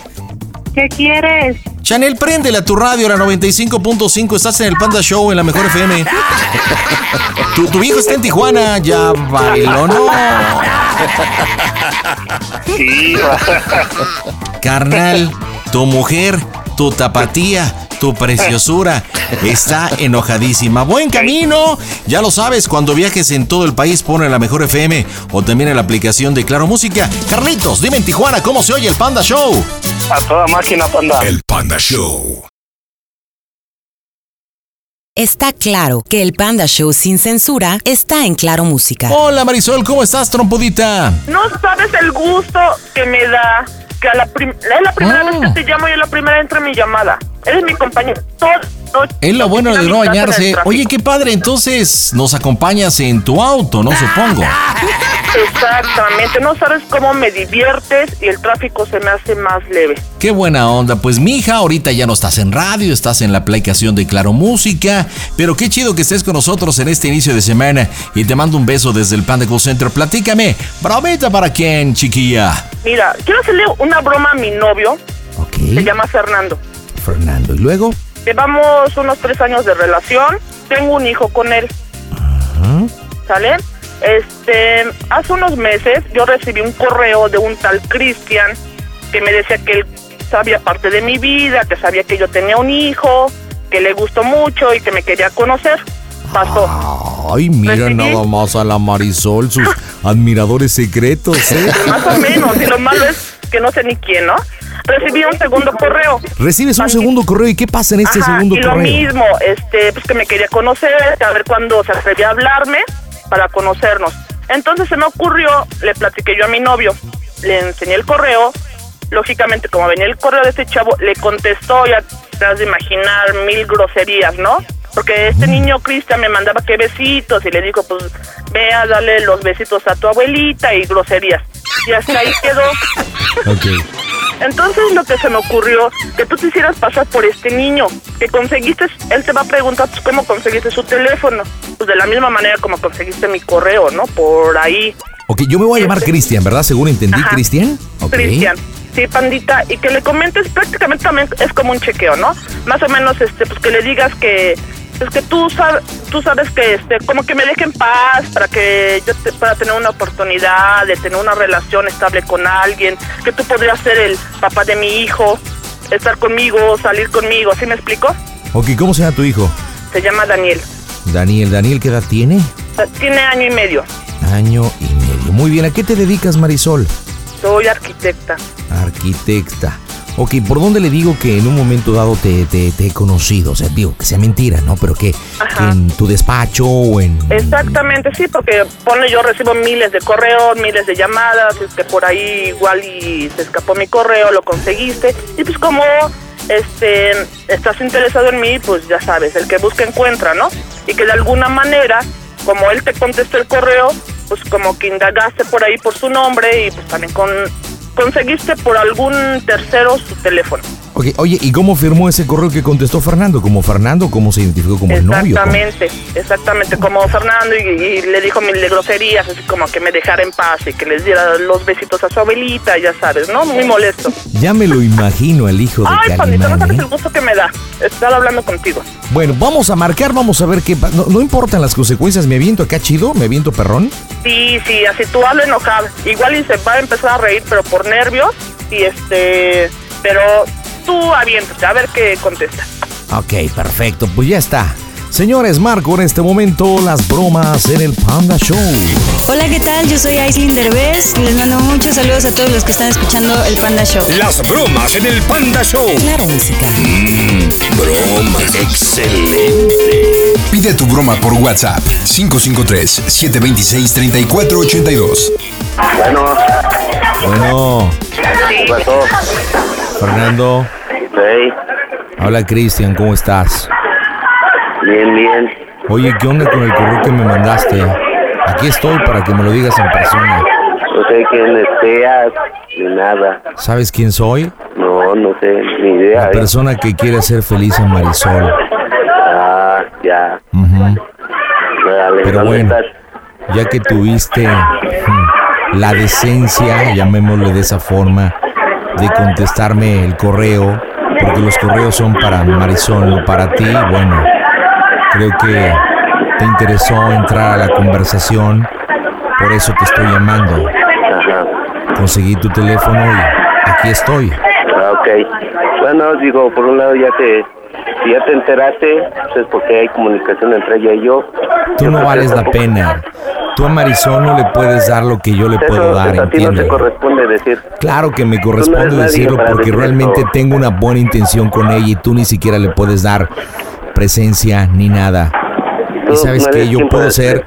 ¿Qué quieres? Chanel, préndele a tu radio, la 95.5. Estás en el Panda Show, en la <laughs> mejor FM. Tu, tu viejo está en Tijuana. Ya <laughs> bailó, no. Sí, Carnal, tu mujer, tu tapatía, tu preciosura está enojadísima. Buen camino. Ya lo sabes, cuando viajes en todo el país, pone la mejor FM o también en la aplicación de Claro Música. Carlitos, dime en Tijuana cómo se oye el Panda Show. A toda máquina, panda. El Panda Show. Está claro que el Panda Show sin censura está en Claro Música. Hola Marisol, ¿cómo estás, trompudita? No sabes el gusto que me da. Que a la prim- es la primera vez que te llamo y es la primera entre mi llamada. Eres mi compañero. Toda noche. Es lo bueno de no Amistad en el bañarse. tráfico. Oye, qué padre, entonces nos acompañas en tu auto, ¿no? Supongo. Exactamente. No sabes cómo me diviertes y el tráfico se me hace más leve. Qué buena onda. Pues mija, ahorita ya no estás en radio, estás en la aplicación de Claro Música, pero qué chido que estés con nosotros en este inicio de semana y te mando un beso desde el Panda Call Center. Platícame, brometa para quién, chiquilla. Mira, quiero hacerle una broma a mi novio. Se llama Fernando. Fernando, ¿y luego? Llevamos unos tres años de relación. Tengo un hijo con él. ¿Sale? Este, hace unos meses yo recibí un correo de un tal Cristian que me decía que él sabía parte de mi vida, que sabía que yo tenía un hijo, que le gustó mucho y que me quería conocer. Pasó. Ah. Ay, mira Recibí. nada más a la Marisol, <laughs> sus admiradores secretos, ¿eh? Más o menos, y lo malo es que no sé ni quién, ¿no? Recibí un segundo correo. Recibes un segundo correo y ¿qué pasa en este Ajá, segundo y lo correo? mismo, este, pues que me quería conocer, a ver cuándo se atrevía a hablarme para conocernos. Entonces se me ocurrió, le platiqué yo a mi novio, le enseñé el correo, lógicamente como venía el correo de este chavo, le contestó, ya te has de imaginar mil groserías, ¿no? Porque Mm. este niño Cristian me mandaba que besitos y le dijo, pues ve a darle los besitos a tu abuelita y groserías. Y hasta ahí quedó. Entonces lo que se me ocurrió, que tú te hicieras pasar por este niño, que conseguiste, él te va a preguntar pues, cómo conseguiste su teléfono, pues de la misma manera como conseguiste mi correo, ¿no? Por ahí, Ok, yo me voy a llamar Cristian, ¿verdad? Según entendí, Este. Ajá. Cristian. Ok. Cristian. Sí, pandita, y que le comentes prácticamente también es como un chequeo, ¿no? Más o menos, este, pues que le digas que es que tú sabes, tú sabes que este, como que me deje en paz para que yo te- pueda tener una oportunidad de tener una relación estable con alguien, que tú podrías ser el papá de mi hijo, estar conmigo, salir conmigo, ¿sí me explico? Ok, ¿cómo se llama tu hijo? Se llama Daniel, Daniel, ¿Daniel qué edad tiene? tiene año y medio, Año y medio. Muy bien, ¿a qué te dedicas, Marisol? soy arquitecta. Arquitecta. Ok, ¿por dónde le digo que en un momento dado te, te- te he conocido? O sea, digo, que sea mentira, ¿no? Pero que, que en tu despacho o en... Exactamente, sí, porque ponle yo recibo miles de correos, miles de llamadas, es que por ahí igual y se escapó mi correo, lo conseguiste y pues como este estás interesado en mí, pues ya sabes, el que busca encuentra, ¿no? Y que de alguna manera, como él te contestó el correo, pues como que indagaste por ahí por su nombre y pues también con conseguiste por algún tercero su teléfono. Ok, oye, ¿y cómo firmó ese correo que contestó Fernando? ¿Como Fernando? ¿Cómo se identificó como el novio? ¿Cómo? Exactamente, exactamente, como Fernando y, y le dijo mil de groserías, así como que me dejara en paz y que les diera los besitos a su abuelita, ya sabes, ¿no? Muy molesto. Ya me lo imagino al hijo de Ay, Juanito, no Calimán, sabes ¿eh? el gusto que me da estar hablando contigo. Bueno, vamos a marcar, vamos a ver qué pa- No, no importan las consecuencias, me aviento acá chido, me aviento perrón. Sí, sí, así tú hablas enojado. Igual y se va a empezar a reír, pero por nervios y este... Pero tú aviéntate, a ver qué contesta. Ok, perfecto, pues ya está. Señores, marco en este momento las bromas en el Panda Show. Hola, ¿qué tal? Yo soy Aislinn Derbez. Les mando muchos saludos a todos los que están escuchando el Panda Show. Las bromas en el Panda Show. Claro, música. bromas. Excelente. Pide tu broma por WhatsApp 553-726-3482. Bueno, Bueno, ¿qué pasó? Fernando, Hey, habla Cristian, ¿cómo estás? bien, bien. Oye, ¿qué onda con el correo que me mandaste? Aquí estoy para que me lo digas en persona. No sé quién seas ni nada. ¿Sabes quién soy? No, no sé, ni idea. La ¿eh? persona que quiere hacer feliz a Marisol. Ah, ya. Ujú. Dale, Pero ¿dónde bueno, estás? ya que tuviste mm, la decencia, llamémosle de esa forma, de contestarme el correo, porque los correos son para Marisol, no para ti, bueno, creo que te interesó entrar a la conversación, por eso te estoy llamando. Conseguí tu teléfono y aquí estoy. Ah, ok. Bueno, digo, por un lado ya te... Si ya te enteraste, pues porque hay comunicación entre ella y yo. Tú no vales la pena. Tú a Marisol no le puedes dar lo que yo le puedo Eso dar, pues, a ti no te entiende. corresponde decir. Claro que me eres corresponde nadie decirlo para porque decir realmente eso. tengo una buena intención con ella y tú ni siquiera le puedes dar presencia ni nada. Tú Y sabes no que eres yo quien puedo para ser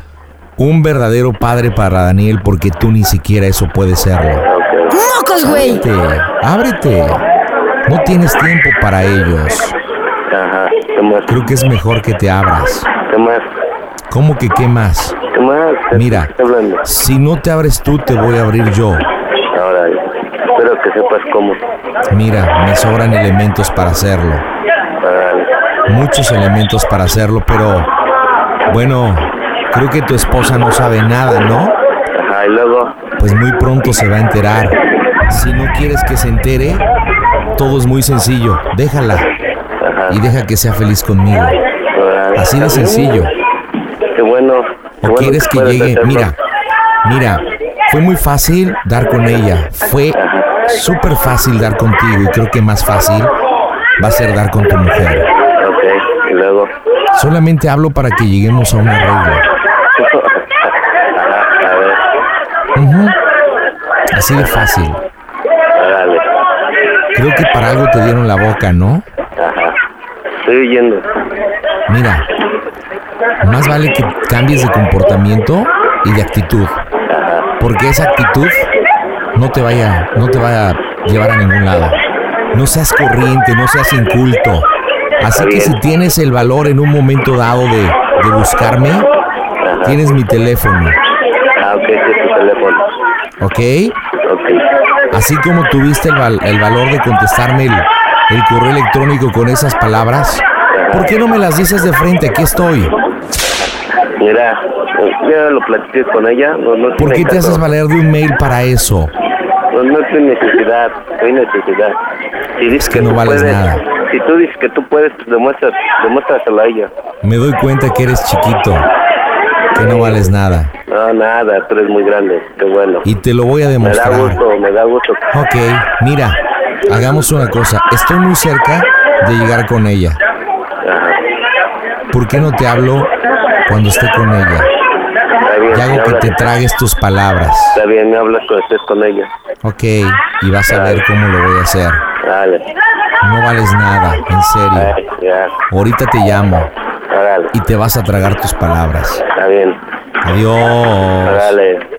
un verdadero padre para Daniel porque tú ni siquiera eso puedes serlo. ¡Mocos, Pues, güey! Ábrete, ábrete. No tienes tiempo para ellos. Ajá, Creo que es mejor que te abras. ¿qué más? ¿Cómo que qué más? ¿Qué más? Mira, si no te abres tú, te voy a abrir yo. Ahora, espero que sepas cómo. Mira, me sobran elementos para hacerlo. Muchos elementos para hacerlo, pero bueno, creo que tu esposa no sabe nada, ¿no? Ajá, y luego, Pues muy pronto se va a enterar. Si no quieres que se entere, todo es muy sencillo. Déjala y deja que sea feliz conmigo. Así de sencillo. qué bueno. ¿O quieres que puedas llegue? hacerlo. Mira, mira, fue muy fácil dar con ella. Fue súper fácil dar contigo y creo que más fácil va a ser dar con tu mujer. Ok, y luego. <laughs> Solamente hablo para que lleguemos a un arreglo. Ajá, a ver, Ujú. Así de fácil. órale. Creo que para algo te dieron la boca, ¿no? Ajá, estoy huyendo. Mira, más vale que cambies de comportamiento y de actitud. Porque esa actitud no te vaya, no te va a llevar a ningún lado. No seas corriente, no seas inculto. Así que si tienes el valor en un momento dado de, de buscarme, tienes mi teléfono, Ah, ok, sí, es tu teléfono. ¿ok? Ok. Así como tuviste el, val- el valor de contestarme el, el correo electrónico con esas palabras, ¿por qué no me las dices de frente? Aquí estoy. Mira, ya lo platiqué con ella. No, no ¿Por tiene qué te caso. haces valer de un mail para eso? No, no es tu necesidad, soy necesidad. Si dices que no tú vales puedes, nada. Si tú dices que tú puedes, pues demuestras, demuéstraselo a ella. Me doy cuenta que eres chiquito, que no vales nada. No, nada, tú eres muy grande, qué bueno. Y te lo voy a me da demostrar. gusto, me da gusto. Ok, mira, hagamos una cosa. Estoy muy cerca de llegar con ella. Ajá. ¿Por qué no te hablo cuando esté con ella? Está bien, Y hago me que hablas- te tragues tus palabras. Está bien, me hablas cuando estés con ella. Ok, y vas a ver cómo lo voy a hacer. Dale, No vales nada, en serio. ya, Ahorita te llamo dale, y te vas a tragar tus palabras. está bien, Adiós. <laughs> dale.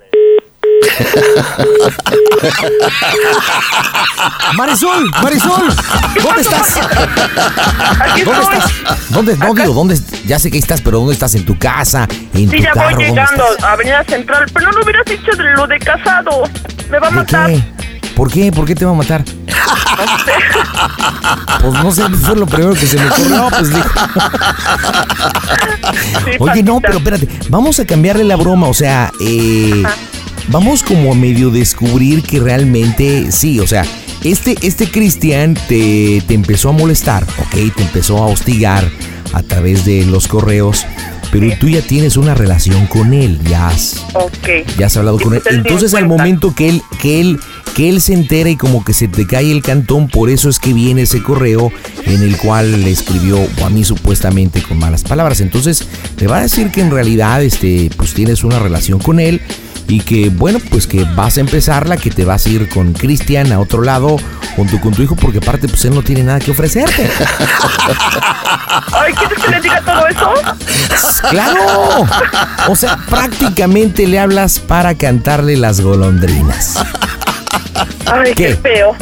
Marisol, Marisol, ¿dónde estás? ¿Dónde estás? ¿Dónde? No digo, ¿dónde? Ya sé que estás, pero ¿dónde estás? ¿En tu casa? ¿En Sí, tu ya voy carro? ¿Dónde llegando estás? <laughs> a Avenida Central, pero no lo hubieras dicho de lo de casado. Me va a ¿De matar. qué? ¿Por qué? ¿Por qué te va a matar? Pues no sé, fue lo primero que se me <laughs> ocurrió, pues dijo. Oye, no, pero espérate, vamos a cambiarle la broma, o sea, eh, vamos como a medio descubrir que realmente sí, o sea, este, este Cristian te, te empezó a molestar, ok, te empezó a hostigar a través de los correos, pero tú ya tienes una relación con él, ya has, Ok. ya has hablado con él. pues él Entonces dio al momento que él, que él, que él se entera y como que se te cae el cantón, por eso es que viene ese correo en el cual le escribió a mí supuestamente con malas palabras. Entonces le va a decir que en realidad este, pues tienes una relación con él y que bueno, pues que vas a empezarla, que te vas a ir con Cristian a otro lado junto con tu hijo, porque aparte pues él no tiene nada que <laughs> ofrecerte. Ay, ¿quieres que le diga todo eso? ¡Claro! O sea, prácticamente le hablas para cantarle las golondrinas. Ay, qué, ¿Qué? feo.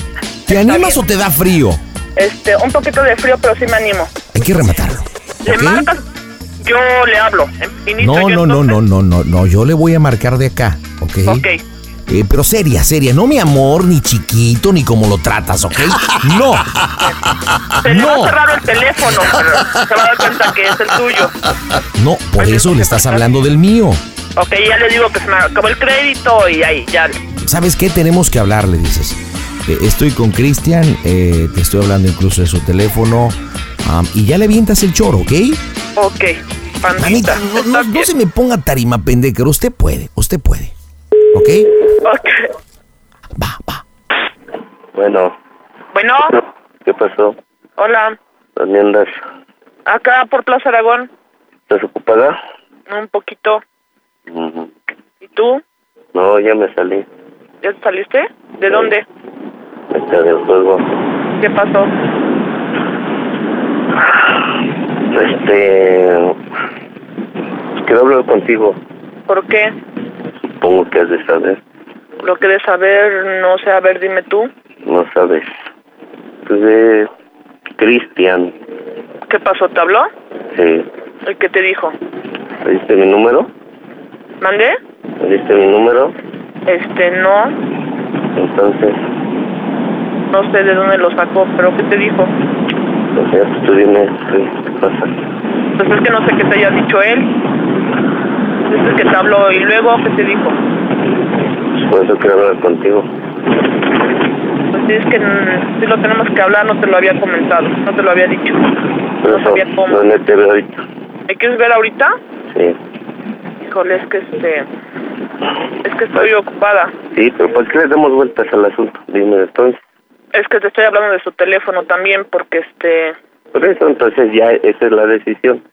¿Te animas o te da frío? Este, un poquito de frío, pero sí me animo. Hay que rematarlo. ¿Le marcas? Yo le hablo. ¿eh? Inicio No, yo no, no, entonces. no, no, no, no. Yo le voy a marcar de acá, ¿ok? Ok. Eh, pero seria, seria. No mi amor, ni chiquito, ni cómo lo tratas, ¿ok? No. <laughs> Se le va No. a cerrar el teléfono, pero se va a dar cuenta que es el tuyo. No, por eso le estás hablando del mío. Ok, ya le digo que se me acabó el crédito y ahí, ya. ¿Sabes qué? Tenemos que hablar, le dices. Eh, estoy con Cristian, eh, te estoy hablando incluso de su teléfono. am, y ya le avientas el choro, ¿ok? Ok, Manita, no, no- no se me ponga tarima pendequero. Usted puede, usted puede. ¿Ok? Bueno, Bueno, ¿qué pasó? hola. ¿También andas Acá por Plaza Aragón, desocupada? un poquito. Ujú. ¿Y tú? No, ya me salí ¿Ya te saliste? ¿De dónde? este, del juego. ¿Qué pasó? Este. Quiero hablar contigo. ¿Por qué? Supongo que has de saber. Lo que de saber, no sé, a ver, dime tú. No sabes. Pues de. Cristian. ¿Qué pasó? ¿Te habló? Sí. ¿El que te dijo? ¿Me diste mi número? ¿Mandé? ¿Me diste mi número? Este, no, Entonces. no sé de dónde lo sacó, pero ¿qué te dijo? O sea, pues tú dime qué qué pasa. Pues es que no sé qué te haya dicho él. Es el que te habló y luego, ¿qué te dijo? Pues por eso quiero hablar contigo. Pues sí, es que mm, sí lo tenemos que hablar, no te lo había comentado, no te lo había dicho. Pero sabía cómo. ¿Dónde te veo ahorita? ¿Me quieres ver ahorita? Sí. Híjole, es que este... Es que estoy ocupada. Sí, pero ¿por qué le damos vueltas al asunto? Dime entonces. Es que te estoy hablando de su teléfono también porque este... Por eso, entonces ya esa es la decisión.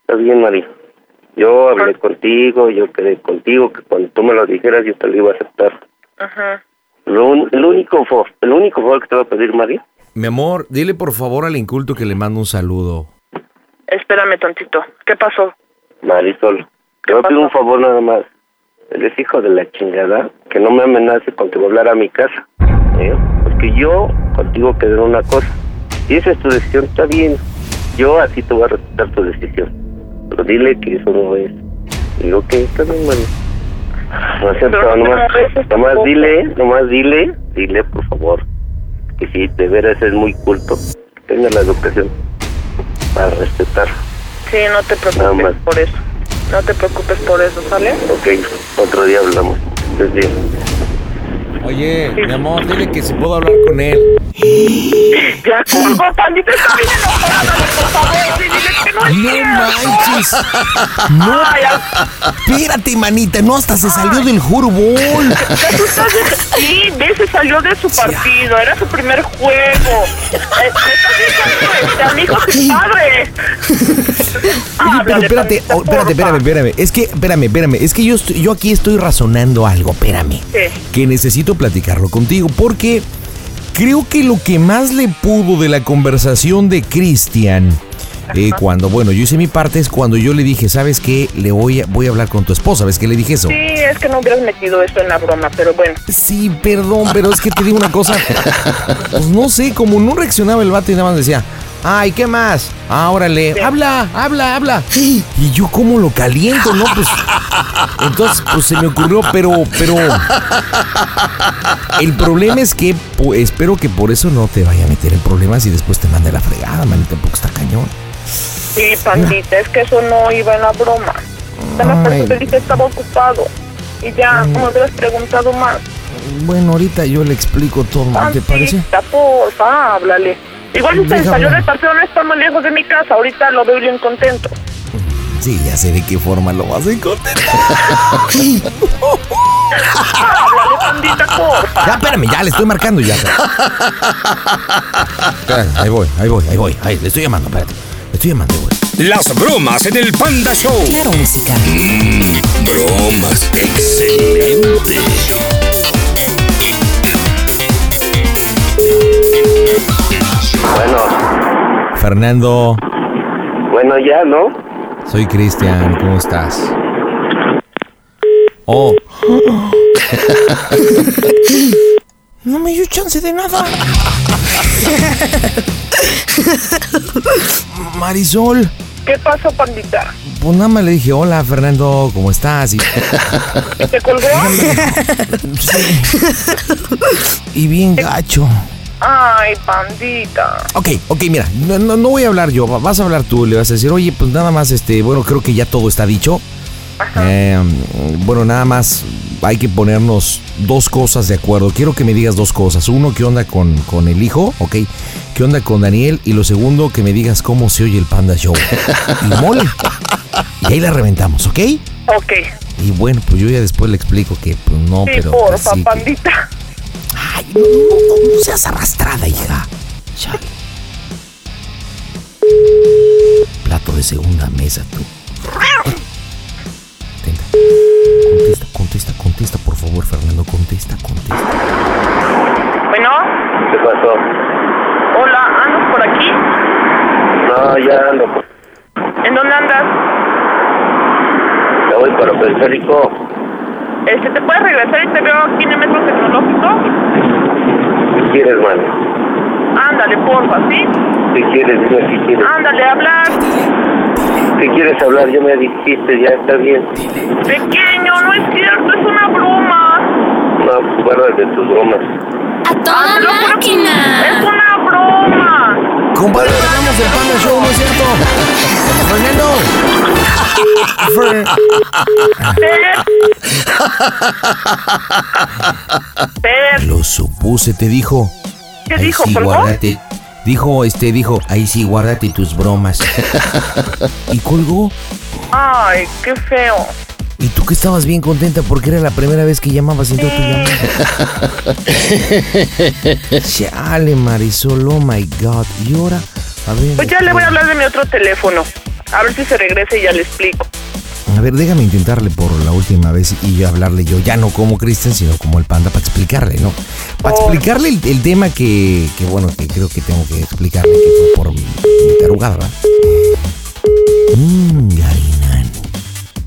¿Estás bien, María? Yo hablé contigo, yo quedé contigo, que cuando tú me lo dijeras yo te lo iba a aceptar. Ajá. Lo, un- el único favor, el único favor que te va a pedir, María, Mi amor, dile por favor al inculto que le mando un saludo. Espérame tantito. ¿Qué pasó? Marisol, te voy a pedir un favor nada más. Eres hijo de la chingada, que no me amenace con que voy a hablar a mi casa. ¿eh? Porque yo contigo quedé en una cosa. Y esa es tu decisión, está bien. Yo así te voy a respetar tu decisión. Pero dile que eso no es. Digo que está bien, María. No sé, Pero pero no te nomás, molestes nomás tampoco. dile, nomás dile, dile por favor, que si de veras es muy culto, que tenga la educación para respetar. Sí, no te Nada preocupes más. por eso. No te preocupes por eso, ¿sale? Ok, otro día hablamos. Es bien. Oye, mi amor, dile que si puedo hablar con él. Ya colgó, pandita, está bien enojada, por favor, sí, dile que no es No cierto. manches. No. Ay, ay. Espérate, manita. No, hasta se salió del jurbol. Ya tú estás de- Sí, ve, se salió de su partido, era su primer juego. Eh, Me estás diciendo, este amigo padre. Oye, pero espérate, oh, espérate, espérame, espérame. Es que, espérame, espérame. Es que yo, estoy- yo aquí estoy razonando algo, espérame. Que necesito platicarlo contigo porque creo que lo que más le pudo de la conversación de Cristian, eh, cuando, bueno, yo hice mi parte es cuando yo le dije, ¿sabes qué? Le voy a, voy a hablar con tu esposa. ¿Ves que le dije eso? Sí, es que no hubieras metido esto en la broma, pero bueno. Sí, perdón, pero es que te digo una cosa. Pues no sé, como no reaccionaba el vato y nada más decía, Ay, ¿qué más? Ah, órale. Habla, habla, habla. Y yo como lo caliento, ¿no? Pues. Entonces, pues se me ocurrió, pero, pero. El problema es que po- espero que por eso no te vaya a meter en problemas y después te mande a la fregada, manito, porque está cañón. Sí, pandita, es que eso no iba en la broma. Nada más Ay. porque dije estaba ocupado. Y ya, Mm. no hubieras preguntado más. Bueno, ahorita yo le explico todo, ¿te parece? Pandita, porfa, háblale. Igual si se Déjame. salió del paseo, no está muy lejos de mi casa. Ahorita lo veo bien contento. Sí, ya sé de qué forma lo vas a encontrar. Ah, Háblale, pandita, porfa. Ya, espérame, ya le estoy marcando ya. Espérame, Ahí voy, ahí voy, ahí voy. Ahí, le estoy llamando, espérate. Le estoy llamando, güey. Las bromas en el Panda Show. Claro, música. Mm, bromas. Excelente. Fernando, Bueno, ya, ¿no? soy Cristian, ¿cómo estás? Oh. <laughs> No me dio chance de nada. Marisol. ¿Qué pasó, pandita? Pues nada más le dije, hola Fernando, ¿cómo estás? Y, ¿Te colgó? y bien gacho. Ay, pandita. Ok, ok, mira, no, no, no voy a hablar yo, va- vas a hablar tú, le vas a decir, oye, pues nada más, este, bueno, creo que ya todo está dicho. Eh, bueno, nada más hay que ponernos dos cosas de acuerdo. Quiero que me digas dos cosas. Uno, ¿qué onda con, con el hijo? Ok, ¿qué onda con Daniel? Y lo segundo, que me digas cómo se oye el Panda Show. Y mole. Y ahí la reventamos, ¿ok? Ok. Y bueno, pues yo ya después le explico que pues no, sí, pero... porfa, sí, pandita. Ay, no, no, no seas arrastrada, hija. Ya. Plato de segunda mesa, tú. Tenta. Contesta, contesta, contesta, por favor, Fernando, contesta, contesta. Bueno, ¿Qué pasó? hola, ¿andas por aquí? No, ya ando. ¿En dónde andas? Ya voy para periférico. Este, ¿Te puedes regresar y te veo aquí en el metro tecnológico? ¿Qué quieres, mano? Ándale, porfa, ¿sí? ¿Qué quieres? Dime, ¿qué quieres? Ándale, hablar. ¿Qué quieres hablar? Ya me dijiste, ya está bien. Pequeño, no es cierto, es una broma. Ah, No, fuera de tus bromas. A toda máquina. Es una broma. Compadre, tenemos el Panda Show, ¿no es cierto? Fernando. Lo supuse, te dijo. ¿Qué Ahí dijo, sí, perdón? guárdate. Dijo, este, dijo, ahí sí, guárdate tus <laughs> bromas. y colgó. Ay, qué feo. Y tú que estabas bien contenta porque era la primera vez que llamabas en toda tu <laughs> llamada. Chale, Marisol, oh my God. Y ahora, a ver. este, Pues ya le voy a hablar de mi otro teléfono. A ver si se regresa y ya le explico. A ver, déjame intentarle por la última vez y yo hablarle yo, ya no como Cristian, sino como el panda, para explicarle, ¿no? Para explicarle el, el tema que, que, bueno, que creo que tengo que explicarle, que fue por mi, mi tarugada, ¿verdad? Mmm, Garinán.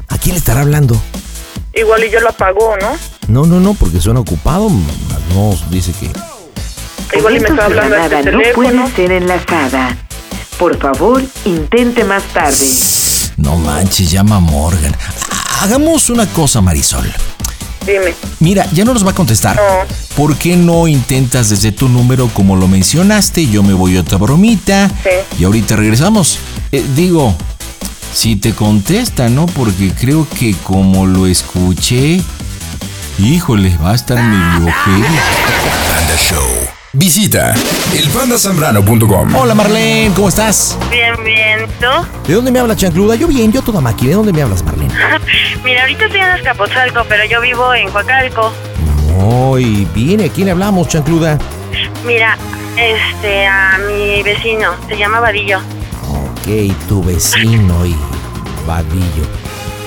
¿A quién le estará hablando? Igual y yo lo apagó, ¿no? No, no, no, porque suena ocupado. No, dice que... Igual y me está hablando a este no teléfono. puede ser enlazada. Por favor, intente más tarde. No manches, llama a Morgan. Hagamos una cosa, Marisol. Dime. Mira, ya no nos va a contestar. ¿Por qué no intentas desde tu número como lo mencionaste? Yo me voy a otra bromita. Y ahorita regresamos. Eh, digo, si te contesta, ¿no? Porque creo que como lo escuché... Híjole, va a estar medio Panda Show. Visita elpandasambrano.com. Hola Marlene, ¿cómo estás? Bien, bien, ¿tú? ¿De dónde me habla Chancluda? Yo bien, yo toda máquina. ¿De dónde me hablas, Marlene? Mira, ahorita estoy en Azcapotzalco, pero yo vivo en Coacalco. Hoy viene, ¿a quién le hablamos, Chancluda? Mira, este, a mi vecino, se llama Vadillo. Ok, tu vecino y Badillo.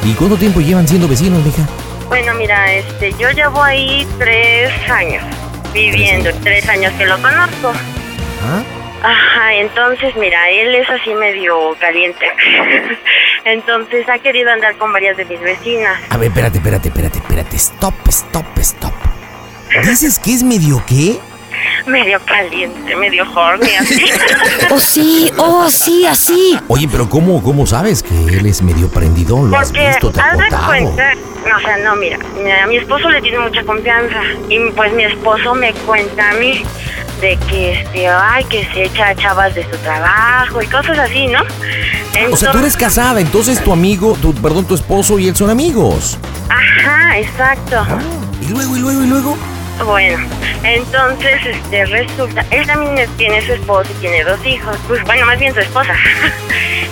¿Y cuánto tiempo llevan siendo vecinos, mija? Bueno, mira, este, yo llevo ahí tres años viviendo, tres años que lo conozco. ¿Ah? Ajá, entonces, mira, él es así medio caliente. <laughs> entonces ha querido andar con varias de mis vecinas. A ver, espérate, espérate, espérate, espérate. Stop, stop, stop. ¿Dices que es medio qué? medio caliente, medio horny, así. <laughs> Oh, sí, oh, sí, así. Oye, pero ¿cómo, cómo sabes que él es medio prendidón? Lo has Porque visto, te haz han de contado. cuenta, o sea, no, mira, mira, a mi esposo le tiene mucha confianza y pues mi esposo me cuenta a mí de que, este, ay, que se echa a chavas de su trabajo y cosas así, ¿no? Ah, O sea, tú eres casada, entonces tu amigo, tu, perdón, tu esposo y él son amigos. Ajá, exacto. Ah, Y luego, y luego, y luego. Bueno, entonces este resulta, él también tiene su esposa y tiene dos hijos, pues bueno, más bien su esposa,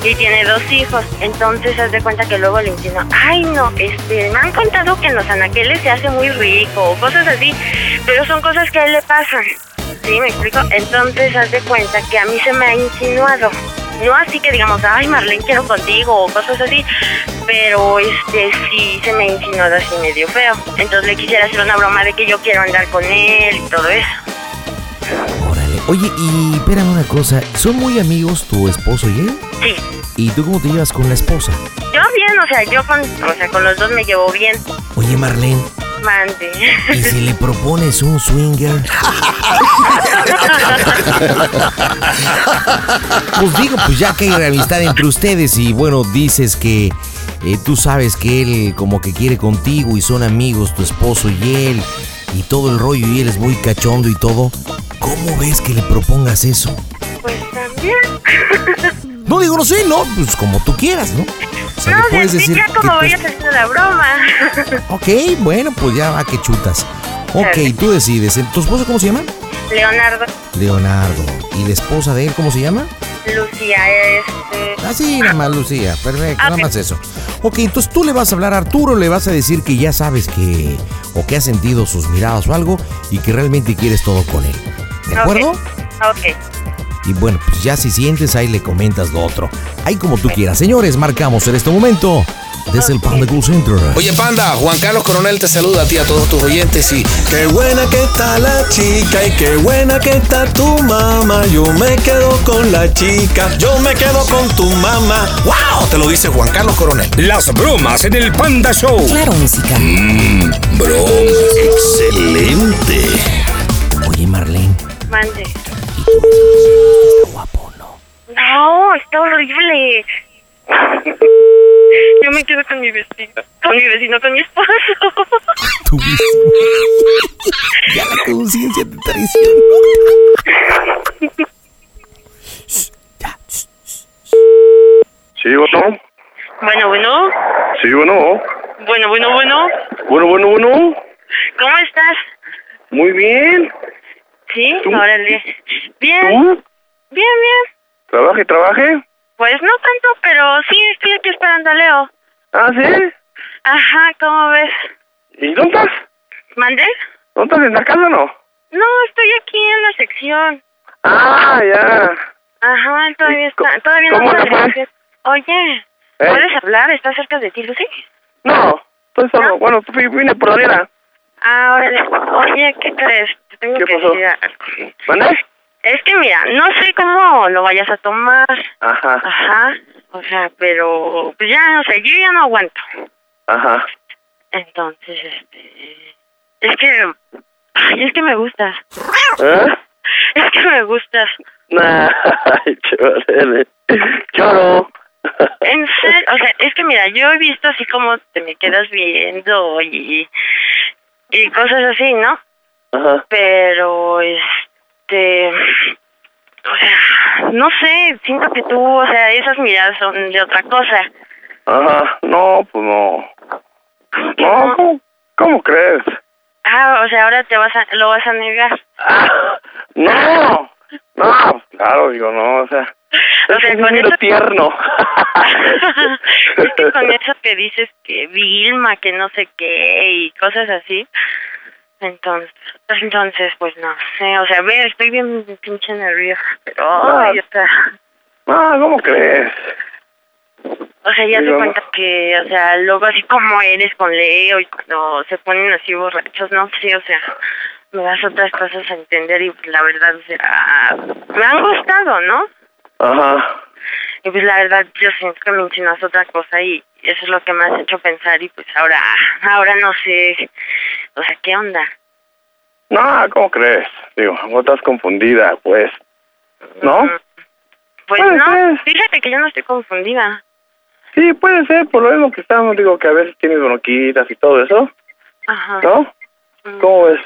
y tiene dos hijos, entonces haz de cuenta que luego le dicen, ay no, este, me han contado que en los anaqueles se hace muy rico, o cosas así, pero son cosas que a él le pasan, ¿sí? ¿Me explico? Entonces haz de cuenta que a mí se me ha insinuado, no así que digamos, ay Marlene, quiero contigo, o cosas así, pero este sí se me insinuó así medio feo. Entonces le quisiera hacer una broma de que yo quiero andar con él y todo eso. Oye, y espérame una cosa, ¿son muy amigos tu esposo y él? Sí. ¿Y tú cómo te llevas con la esposa? Yo bien, o sea, yo con, o sea, con los dos me llevo bien. Oye, Marlene, Mande. ¿y si le propones un swinger? <laughs> Pues digo, pues ya que hay amistad entre ustedes y bueno, dices que eh, tú sabes que él como que quiere contigo y son amigos tu esposo y él y todo el rollo y él es muy cachondo y todo, ¿cómo ves que le propongas eso? Pues también. <laughs> No digo, no sé, no, pues como tú quieras, ¿no? O sea, no, le puedes sí, decir ya que como tú- voy a hacer una broma. <laughs> Ok, bueno, pues ya va que chutas. Ok, tú decides. ¿Tu esposo cómo se llama? Leonardo, Leonardo. ¿Y la esposa de él cómo se llama? Lucía, este. Así nada más, Lucía. Perfecto, nada Ok. más eso. Ok, entonces tú le vas a hablar a Arturo, le vas a decir que ya sabes que... o que has sentido sus miradas o algo y que realmente quieres todo con él. ¿De acuerdo? ah, Ok. Y bueno, pues ya si sientes ahí le comentas lo otro. Ahí como tú quieras. Señores, marcamos en este momento desde el Panda Cool Center. Oye, Panda, Juan Carlos Coronel te saluda a ti, a todos tus oyentes y qué buena que está la chica y qué buena que está tu mamá. Yo me quedo con la chica, yo me quedo con tu mamá. ¡Wow! Te lo dice Juan Carlos Coronel. Las bromas en el Panda Show. Claro, música. Mmm, bromas. Excelente. Oye, Marlene. Mande. No, está horrible. <laughs> Yo me quedo con mi vecino, con mi vecino, con mi esposo. Ya la conciencia te traicionó. Sí, bueno. Bueno, bueno, Sí, bueno. bueno, bueno, bueno. Bueno, bueno, bueno. ¿Cómo estás? Muy bien. Sí, ¿Tú? órale. Bien. ¿Tú? Bien, bien. Trabaje, trabaje. Pues no tanto, pero sí estoy aquí esperando a Leo. ¿Ah, sí? Ajá, ¿cómo ves? ¿Y dónde estás? ¿Mandé? ¿Dónde estás? ¿En la casa o no? No, estoy aquí en la sección. Ah, ya. Ajá, todavía está, todavía cómo no te fue? está. Oye, ¿Eh? ¿puedes hablar? ¿Estás cerca de ti, Lucy? No, estoy solo. Bueno, fui- vine por Daniela. Ah, órale. Oye, ¿qué crees? Te tengo ¿Qué que pasó? decir algo. ¿Mandas? Es que mira, no sé cómo lo vayas a tomar. Ajá. Ajá. O sea, pero pues ya, o sea, yo ya no aguanto. Ajá. Entonces, este... Es que... Ay, es que me gustas. ¿Ah? ¿Eh? Es que me gustas. Ay, chévere. Choro. En serio, o sea, es que mira, yo he visto así como te me quedas viendo y, y cosas así, ¿no? Ajá. Pero, este, o sea, no sé, siento que tú, o sea, esas miradas son de otra cosa. Ajá. No, pues no. No, ¿cómo, cómo crees? Ah, o sea, ahora te vas a, lo vas a negar. Ah, No. No, claro, digo, no, o sea. O sea, Es un miro <laughs> tierno. <laughs> es que con eso que dices que Vilma, que no sé qué y cosas así. Entonces, entonces pues no sé, o sea, ve, estoy bien pinche nerviosa, pero ay, o sea, Ah, ¿cómo crees? o sea, ya te Digo, cuenta que, o sea, luego así como eres con Leo y cuando se ponen así borrachos, no sé, o sea, me das otras cosas a entender y pues, la verdad, o sea, me han gustado, ¿no? Ajá. Y pues la verdad, yo siento que me insinuas otra cosa y eso es lo que me has hecho pensar y pues ahora, ahora no sé, o sea, ¿qué onda? No, ¿cómo crees? Digo, vos estás confundida, pues. ¿No? Pues no, fíjate que yo no estoy confundida. Sí, puede ser, por lo mismo que estamos, digo, que a veces tienes bronquitas y todo eso, Ajá. ¿no? ¿Cómo ves?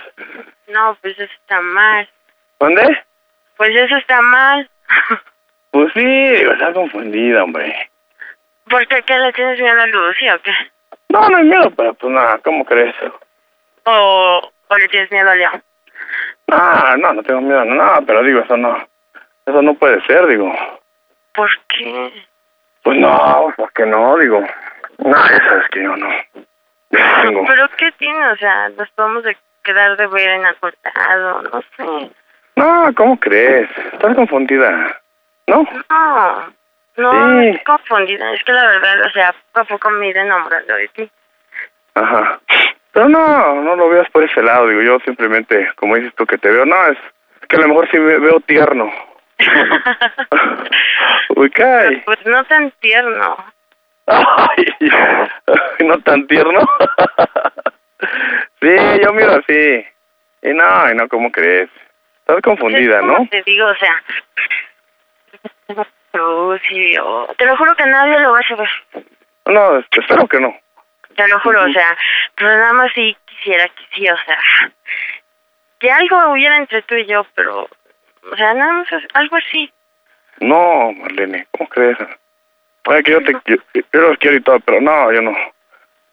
No, pues eso está mal. ¿Dónde? Pues eso está mal. Pues sí, digo, estás confundida, hombre. ¿Por qué? ¿Qué le tienes miedo a Lucy o qué? No, no hay miedo, pero pues nada, ¿cómo crees? ¿O, o le tienes miedo a Leo? No, no, no tengo miedo, no, no, pero digo, eso no, eso no puede ser, digo. ¿Por qué? Pues no, ¿por qué no? Digo, no, ya sabes que yo no. Yo no tengo. ¿Pero qué tiene? O sea, nos podemos de- quedar de ver en acostado, no sé. No, ¿cómo crees? Estás confundida. ¿No? No, no, Sí. estoy confundida. Es que la verdad, o sea, poco a poco me iré enamorando de ti. Ajá. Pero no, no lo veas por ese lado, digo, yo simplemente, como dices tú que te veo, no, es que a lo mejor sí me veo tierno. <laughs> Uy, cae. Pues no tan tierno. no tan tierno. sí, yo miro así. Y no, y no, ¿cómo crees? Estás confundida, Es como ¿no? Te digo, o sea. Lucy, o- Te lo juro que nadie lo va a saber. No, este, espero que no. Te lo juro, o sea, pero nada más si quisiera que sí, o sea, que algo hubiera entre tú y yo, pero, o sea, nada más es- algo así. No, Marlene, ¿cómo crees? Oye, que yo te yo, yo los quiero y todo, pero no, yo no.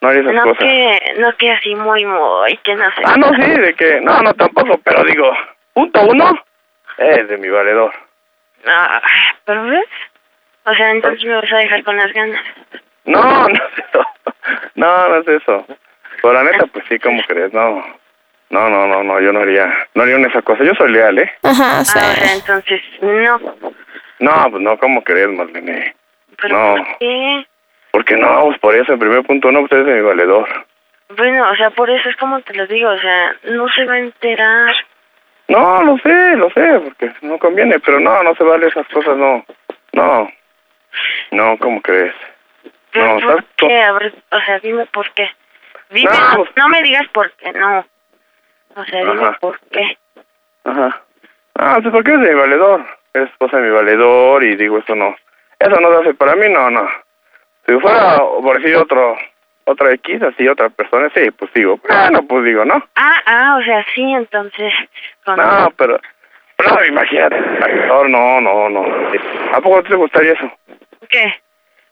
No haría esas No cosas. que, no que así muy, muy, que no sé. Ah, no, sí, de que. No, no, tampoco, pero digo, punto uno es Eh, de mi valedor. <laughs> Ah, pero ves, o sea, entonces me vas a dejar con las ganas. No, no es eso. No, no es eso. Pero la neta, pues sí, ¿cómo crees? No. No, no, no, no, yo no haría. No haría una de esas cosas. Yo soy leal, ¿eh? Ajá, Ah, o sea, entonces, no. No, pues no, ¿cómo crees, Marlene? Pero No, ¿por qué? porque no, pues por eso, en primer punto, no, pues es de mi valedor. Bueno, o sea, por eso es como te lo digo, o sea, no se va a enterar. No, lo sé, lo sé, porque no conviene, pero no, no se vale esas cosas, no. No. No, ¿cómo crees? Pero No, ¿por estás... qué? A ver, o sea, dime por qué. Dime, No, no, pues- no me digas por qué, no. O sea, dime Ajá. por qué. Ajá. Ah, pues porque es de mi valedor. Es esposa de mi valedor y digo, eso no. Eso no se hace para mí, no, no. Si fuera, por decir, otro, otra X, así, otra persona, sí, pues digo, bueno, pues digo, no. Ah, ah, o sea, sí, entonces. con- No, pero, pero imagínate, valedor, no, no, no. ¿A poco te gustaría eso? ¿Qué?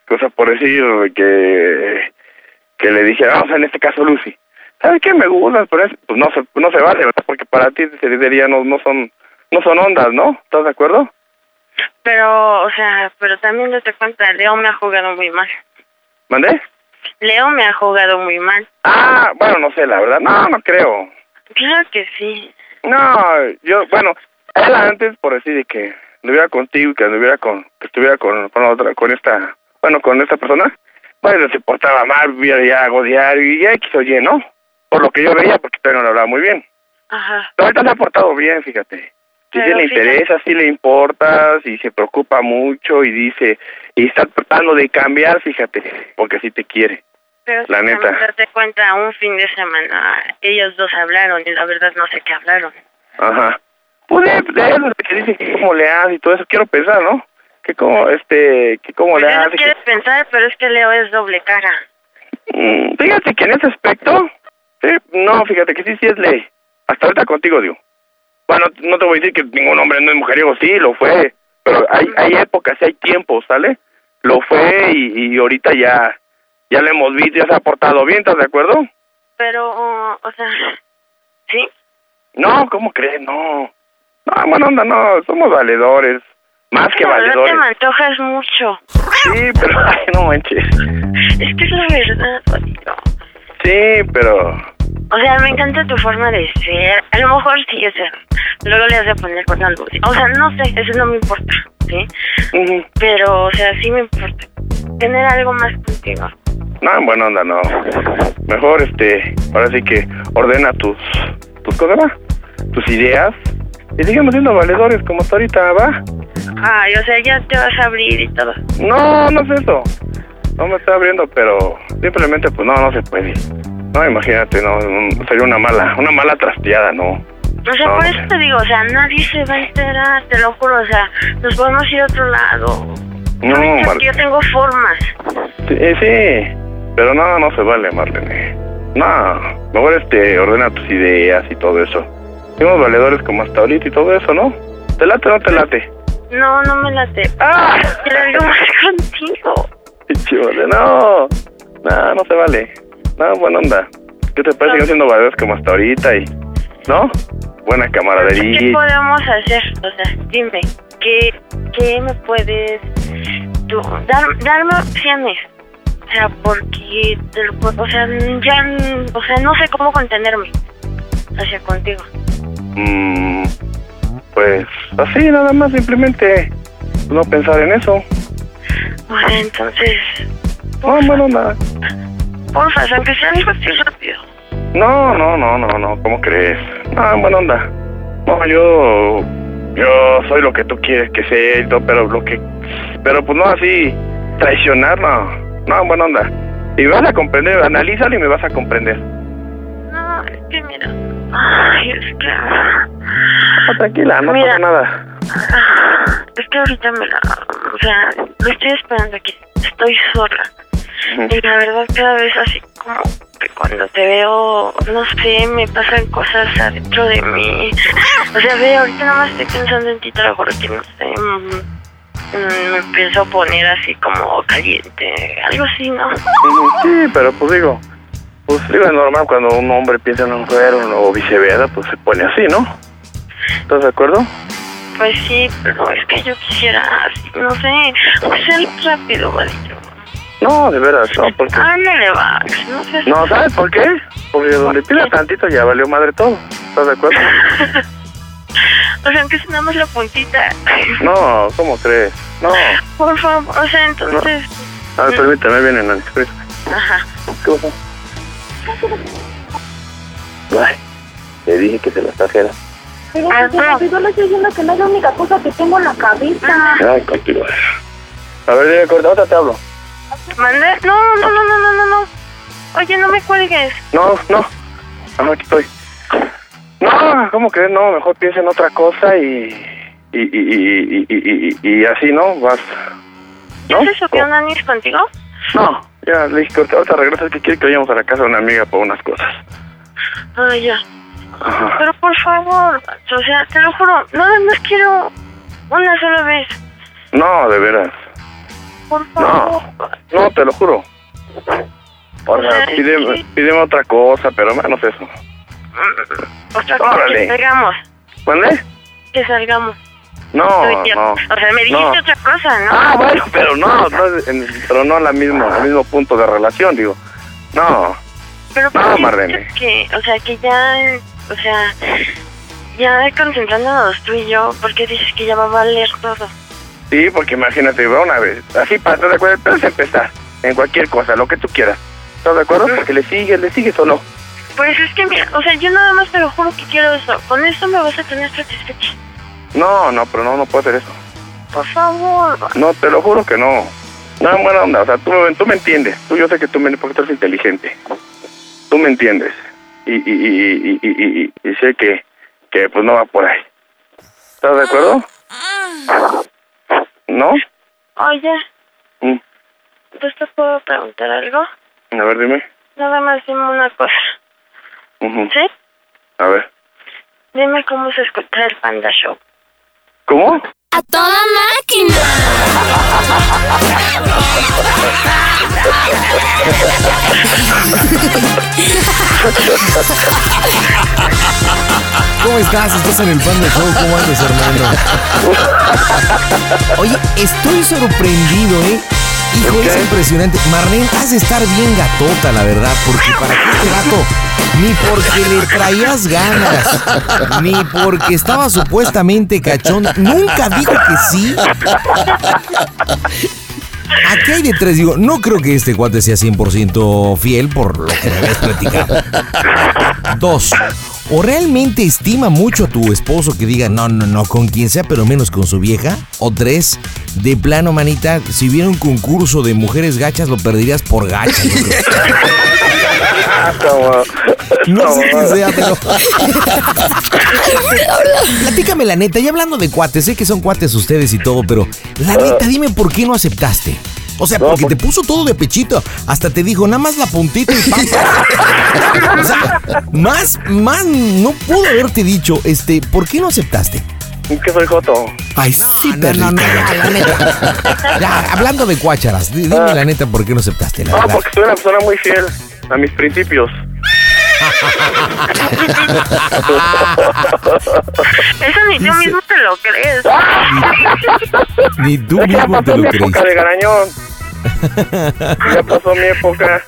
O sea, por decir que, que le dije, vamos, en este caso, Lucy. ¿Sabes qué? Me gustas, pero es- pues no se, no se vale, ¿verdad? Porque para ti, te diría, no, no son, no son ondas, ¿no? ¿Estás de acuerdo? Pero, o sea, pero también date cuenta, Leo me ha jugado muy mal. ¿Mandé? Leo me ha jugado muy mal. Ah, bueno, no sé, la verdad. No, no creo. Claro que sí. No, yo, bueno, él antes por decir de que anduviera contigo, que anduviera con, que estuviera con, con otra, con esta, bueno, con esta persona, bueno, se portaba mal, vivía ya godear y ya X o Y, ¿no? Por lo que yo veía, porque todavía no le hablaba muy bien. Ajá. Pero ahorita se ha portado bien, fíjate. Si Pero le fíjate- interesa, si le importa, si se preocupa mucho y dice, y está tratando de cambiar, fíjate, porque si te quiere. Pero La sí, neta. también date cuenta, un fin de semana ellos dos hablaron y la verdad no sé qué hablaron. Ajá. Pues de, de eso que dice que cómo le hace y todo eso, quiero pensar, ¿no? Que cómo, este, que cómo Pues le yo no hace, quiero pensar, pero es que Leo es doble cara. Mm, fíjate que en ese aspecto, sí, no, fíjate que sí, sí es ley. Hasta ahorita contigo, digo. Bueno, no te voy a decir que ningún hombre no es mujeriego, sí, lo fue. Pero hay, hay épocas, y hay tiempos, ¿sale? Lo fue y, y ahorita ya, ya le hemos visto, ya se ha portado bien, ¿estás de acuerdo? Pero, o sea, ¿sí? No, ¿cómo crees? No. No, buena onda, no, somos valedores. Más que La verdad te valedores. me antojas mucho. Sí, <laughs> pero ay, no manches. <laughs> Es que es la verdad, Juanito. Sí, pero O sea, me encanta tu forma de ser. A lo mejor sí, o sea, luego le hace poner con algo. O sea, no sé, eso no me importa, ¿sí? Pero, o sea, sí me importa tener algo más contigo. no, buena onda no. Mejor este, ahora sí que ordena tus tus cosas, ¿va? tus ideas y sigamos siendo valedores como hasta ahorita, ¿va? Ay, o sea, ya te vas a abrir y todo. No, no es eso. No me está abriendo, pero simplemente pues no, no se puede. No, imagínate, no, no, sería una mala, una mala trasteada, no. O sea, por eso te digo, o sea, nadie se va a enterar, te lo juro, o sea, nos podemos ir a otro lado. No, Porque Marlene. yo tengo formas. Sí, eh, sí, pero no, no se vale, Marlene. No, mejor este, ordena tus ideas y todo eso. Fuimos valedores como hasta ahorita y todo eso, ¿no? ¿Te late o no te late? No, no me late. ¡Ah! Quiero algo más <laughs> contigo. Chivale, no. No, no se vale. No, buena onda. ¿Qué te parece que no siendo valedores como hasta ahorita y... ¿No? Buena ¿Qué camaradería. podemos hacer? O sea, dime, ¿qué, qué me puedes tú dar, darme opciones? O sea, porque, te lo puedo- o sea, ya, n- o sea, no sé cómo contenerme hacia contigo. Mm, pues así, nada más, simplemente no pensar en eso. Bueno, entonces, No, bueno, nada. porfa, aunque sea algo así rápido. No, no, no, no, no, ¿cómo crees? Ah, buena onda. No, yo. Yo soy lo que tú quieres que sea y todo, pero lo que. Pero pues no así, traicionar, no. No, buena onda. Y vas a comprender, analízalo y me vas a comprender. No, es que mira, ay, es que, No, tranquila, no Mira. pasa nada. es que ahorita me la, o sea, lo estoy esperando aquí, estoy sola. Y la verdad cada vez así como que cuando te veo, no sé, me pasan cosas adentro de mí. O sea, ve, ahorita nada más estoy pensando en ti, te lo juro que no sé. mm, mm, Me empiezo a poner así como caliente, algo así, ¿no? Sí, pero pues digo. Pues digo, es normal cuando un hombre piensa en una mujer o viceversa, pues se pone así, ¿no? ¿Estás de acuerdo? Pues sí, pero es que yo quisiera así, no sé, ser rápido, Valillo. No, de veras, no, porque. Ándale, va, Ah, no sé. No, ¿sabes por qué? Porque donde pila tantito ya valió madre todo. ¿Estás de acuerdo? O sea, aunque sea nada más la puntita. <laughs> No, ¿cómo crees? No. Por favor, o sea, entonces... A ver, permíteme, viene Nani. permíteme. Ajá. ¿Qué pasó? Ay, le dije que se las trajera. Pero yo le estoy diciendo que no es la única cosa que tengo en la cabeza. Ay, contigo. A ver, dile, corta, ahorita te hablo. Mandé... No, no, no, no, no, no, no. Oye, no me cuelgues. No, no. Ah, aquí estoy. No, ¿cómo crees? No, mejor piensa en otra cosa y... Y, y, y, y, y, y- y así, ¿no? Vas... ¿Ya se subió Nanis contigo? No, ya le dije que ahorita, ahorita regresas que quiere que vayamos a la casa de una amiga por unas cosas. Ah, ya. Ajá. Pero por favor, o sea, te lo juro, nada más quiero una sola vez. No, de veras. Por favor. No, no, te lo juro. O sea, pídeme, pídeme otra cosa, pero menos eso. Otra cosa, Órale. que salgamos, ¿Vale? que salgamos. No, Tú y yo. no. O sea, me dijiste No. otra cosa, ¿no? Ah, bueno, pero no, no es- en- pero no al mismo, al mismo punto de relación, digo. No, Pero no, pues, Marlene. que, o sea, que ya, o sea, ya concentrándonos tú y yo, porque dices que ya va a valer todo. Sí, porque imagínate, va una vez. Así para, ¿estás de acuerdo? Puedes empezar en cualquier cosa, lo que tú quieras. ¿Estás de acuerdo? Porque le sigues, le sigues o no. Pues es que, mira, o sea, yo nada más te lo juro que quiero eso. Con esto me vas a tener satisfecha. No, no, pero no, no puedo hacer eso. Por favor. No, te lo juro que no. No, buena onda, o sea, tú, me- tú me entiendes. Tú, yo sé que tú me porque tú eres inteligente. Tú me entiendes. Y, y, y, y, y, y- y- y sé que, que, pues, no va por ahí. ¿Estás de acuerdo? ¿No? Oye, Mm, pues te puedo preguntar algo. A ver, dime. Nada más dime una cosa. Ujú. ¿Sí? A ver. Dime cómo se escucha el Panda Show. ¿Cómo? A toda máquina. ¿Cómo estás? Estás en el Panda Show. ¿Cómo andas, <laughs> hermano? Oye, estoy sorprendido, ¿eh? Hijo, es impresionante. Marlene, has de estar bien gatota, la verdad, porque para que este vato, ni porque le traías ganas, ni porque estaba supuestamente cachón, nunca dijo que sí. Aquí hay de tres, digo, no creo que este cuate sea 100% fiel por lo que me habías platicado. Dos, o realmente estima mucho a tu esposo que diga no, no, no, con quien sea, pero menos con su vieja. O tres, de plano, manita, si hubiera un concurso de mujeres gachas, lo perderías por gachas. Ah, como- No sé qué sea, pero. Platícame la neta, ya hablando de cuates, sé que son cuates ustedes y todo, pero la neta, dime por qué no aceptaste. O sea, porque te puso todo de pechito. Hasta te dijo, nada más la puntita y pasa. O sea, más, más, no pudo haberte dicho, este, ¿por qué no aceptaste? Que soy Joto. Ay, sí, no, no, no, la neta. <laughs> Ya, hablando de cuácharas, di- dime la neta, ¿por qué no aceptaste? La No, verdad. Ah, porque soy una persona muy fiel a mis principios. Eso ni tú mismo te lo crees. Ni tú mismo te lo crees. época de garañón. Ya pasó mi época.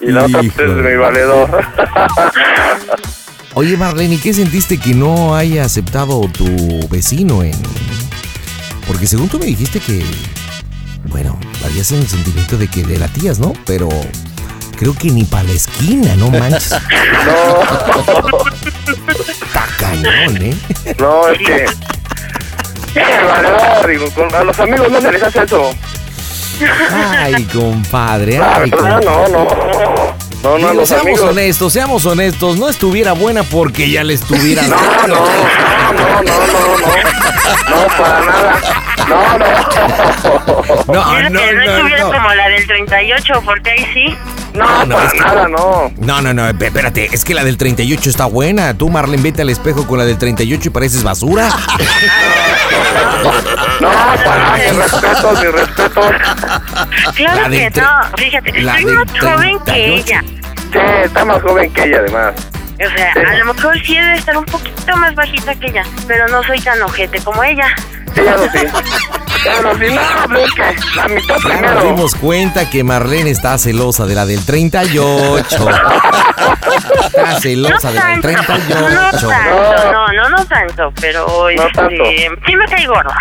Y la otra pues, es mi valedor. Oye, Marlene, ¿y qué sentiste que no haya aceptado tu vecino en...? Porque según tú me dijiste que... Bueno, habías el sentimiento de que delatías, ¿no? Pero creo que ni para la esquina, <laughs> no manches. No. Está cañón, ¿eh? No, es que. ¡Qué valedor! Digo, con- a los amigos no se les hace eso. Ay, compadre, Ah, ay, no, compadre. no, no. No, no, a Digo, los seamos amigos. honestos, seamos honestos. No estuviera buena porque ya le estuviera <laughs> No, no, no, no, no, no. No, para nada. No, no. No, Pero que no estuviera como la del 38, porque ahí sí. No, no, es que- Nada, no. No, no, no, esp- espérate, es que la del 38 está buena. Tú, Marlene, vete al espejo con la del 38 y <laughs> pareces basura. No, para mis respetos, mis respetos. Claro La que del tre- no. Fíjate, la soy del más joven que 38. ella. Sí, está más joven que ella, además. O sea, a lo mejor sí debe estar un poquito más bajita que ella, pero no soy tan ojete como ella. Ella no <laughs> sí. Ella no sí. No, pero es que la mitad Ya primero. nos dimos cuenta que Marlene está celosa de la del <laughs> 38. Está celosa de la del No 38. tanto, no, no, no tanto, pero este, tanto. sí me cae gorda.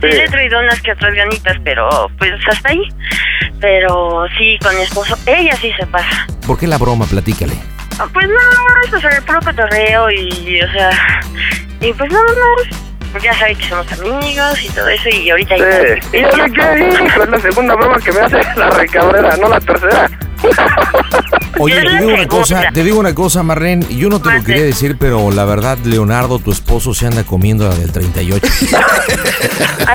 Sí. le he traído unas que otras ganitas, pero pues hasta ahí. Pero sí, con mi esposo, ella sí se pasa. ¿Por qué la broma? Platícale. Ah, Pues no, eso es el puro cotorreo y, o sea, y pues no, no, ya sabe que somos amigos y todo eso y ahorita ya- Sí. Y yo le quedé, <laughs> hijo, es la segunda broma que me hace la recabrera, no la tercera. Oye, te digo una cosa, te digo una cosa, Marlene. Yo no te lo quería decir, pero la verdad, Leonardo, tu esposo, se anda comiendo la <laughs> del 38.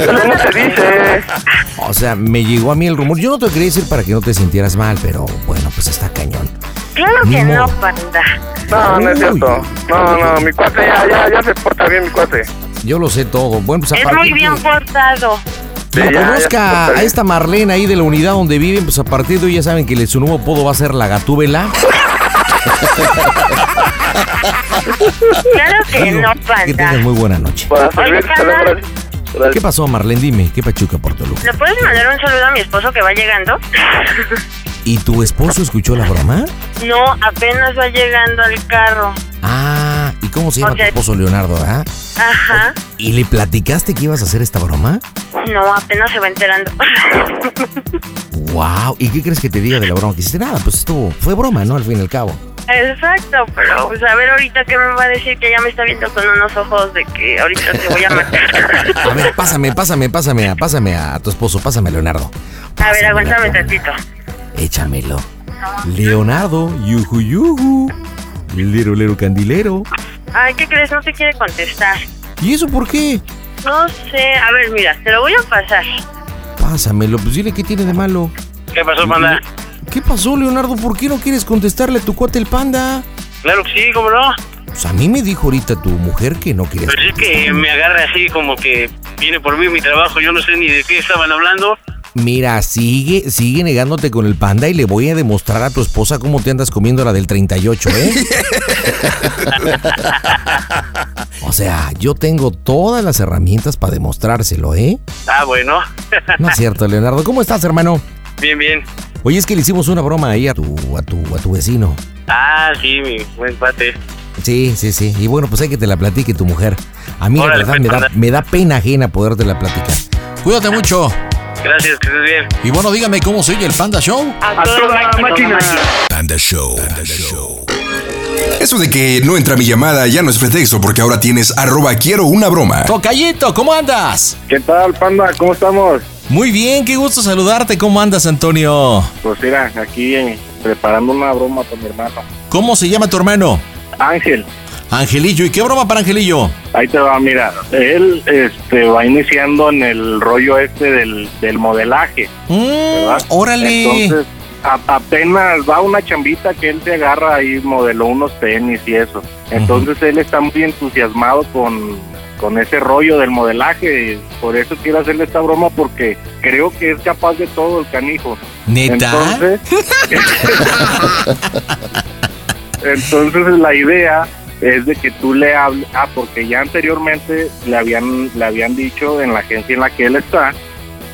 ¿Cómo se dice? O sea, me llegó a mí el rumor. Yo no te lo quería decir para que no te sintieras mal, pero bueno, pues está cañón. Claro Ni que no, modo. panda. No, no es cierto. No, no, mi cuate ya, ya, ya se porta bien, mi cuate. Yo lo sé todo. Bueno, pues a Es partir muy bien portado. La Sí, ya, ya, conozca está a bien. esta Marlene ahí de la unidad donde viven, pues a partir de hoy ya saben que le- su nuevo apodo va a ser la gatúbela. Claro <laughs> que Digo, no, Que panda. tengas muy buena noche. Para Oye, panda, ¿Qué pasó, Marlene? Dime, ¿qué pachuca por Toluca? ¿le puedes mandar un saludo a mi esposo que va llegando? <laughs> ¿Y tu esposo escuchó la broma? No, apenas va llegando al carro. Ah, ¿y cómo se llama Ok. tu esposo Leonardo, ah? Ajá. ¿Y le platicaste que ibas a hacer esta broma? No, apenas se va enterando. <laughs> Wow, ¿y qué crees que te diga de la broma que hiciste? Nada, pues estuvo, fue broma, ¿no? Al fin y al cabo. Exacto, pero pues a ver ahorita qué me va a decir que ya me está viendo con unos ojos de que ahorita te voy a <laughs> matar. A ver, pásame, pásame, pásame, a- pásame a tu esposo, pásame a Leonardo. A ver, aguántame tantito. Échamelo. Leonardo, yuju yuju, lero lero candilero. Ay, ¿qué crees? No te quiere contestar. ¿Y eso por qué? No sé, a ver, mira, te lo voy a pasar. Pásamelo, pues dile qué tiene de malo. ¿Qué pasó, panda? ¿Qué pasó, Leonardo? ¿Por qué no quieres contestarle a tu cuate el panda? Claro que sí, ¿cómo no? Pues a mí me dijo ahorita tu mujer que no querías. Pero es que me agarra así como que viene por mí mi trabajo, yo no sé ni de qué estaban hablando. Mira, sigue, sigue negándote con el panda y le voy a demostrar a tu esposa cómo te andas comiendo la del 38, ¿eh? o sea, Ah, yo tengo todas las herramientas para demostrárselo, ¿eh? Ah, bueno. No es cierto, Leonardo. ¿Cómo estás, hermano? bien, bien. Oye, es que le hicimos una broma ahí a tu, a tu, a tu vecino. Ah, sí, mi buen pate. Sí, sí, sí. Y bueno, pues hay que te la platique tu mujer. A mí, Órale, la verdad, pues, me da, anda. me da pena ajena podértela platicar. Cuídate mucho. Gracias, que estés bien. Y bueno, dígame cómo se oye el Panda Show. A toda máquina. Panda Show. Eso de que no entra mi llamada ya no es pretexto porque ahora tienes arroba quiero una broma. Tocayito, ¿cómo andas? ¿Qué tal, Panda? ¿Cómo estamos? Muy bien, qué gusto saludarte. ¿Cómo andas, Antonio? Pues mira, aquí eh, preparando una broma con mi hermano. ¿Cómo se llama tu hermano? Ángel. Angelillo, ¿y qué broma para Angelillo? Ahí te va, mira, él este, va iniciando en el rollo este del, del modelaje. ¿verdad? Mm, órale. Entonces, a- apenas va una chambita que él se agarra ahí, modeló unos tenis y eso. Entonces él está muy entusiasmado con, con ese rollo del modelaje. Por eso quiero hacerle esta broma porque creo que es capaz de todo el canijo. ¿Neta? <laughs> Entonces, entonces la idea es de que tú le hables, ah, porque ya anteriormente le habían, le habían dicho en la agencia en la que él está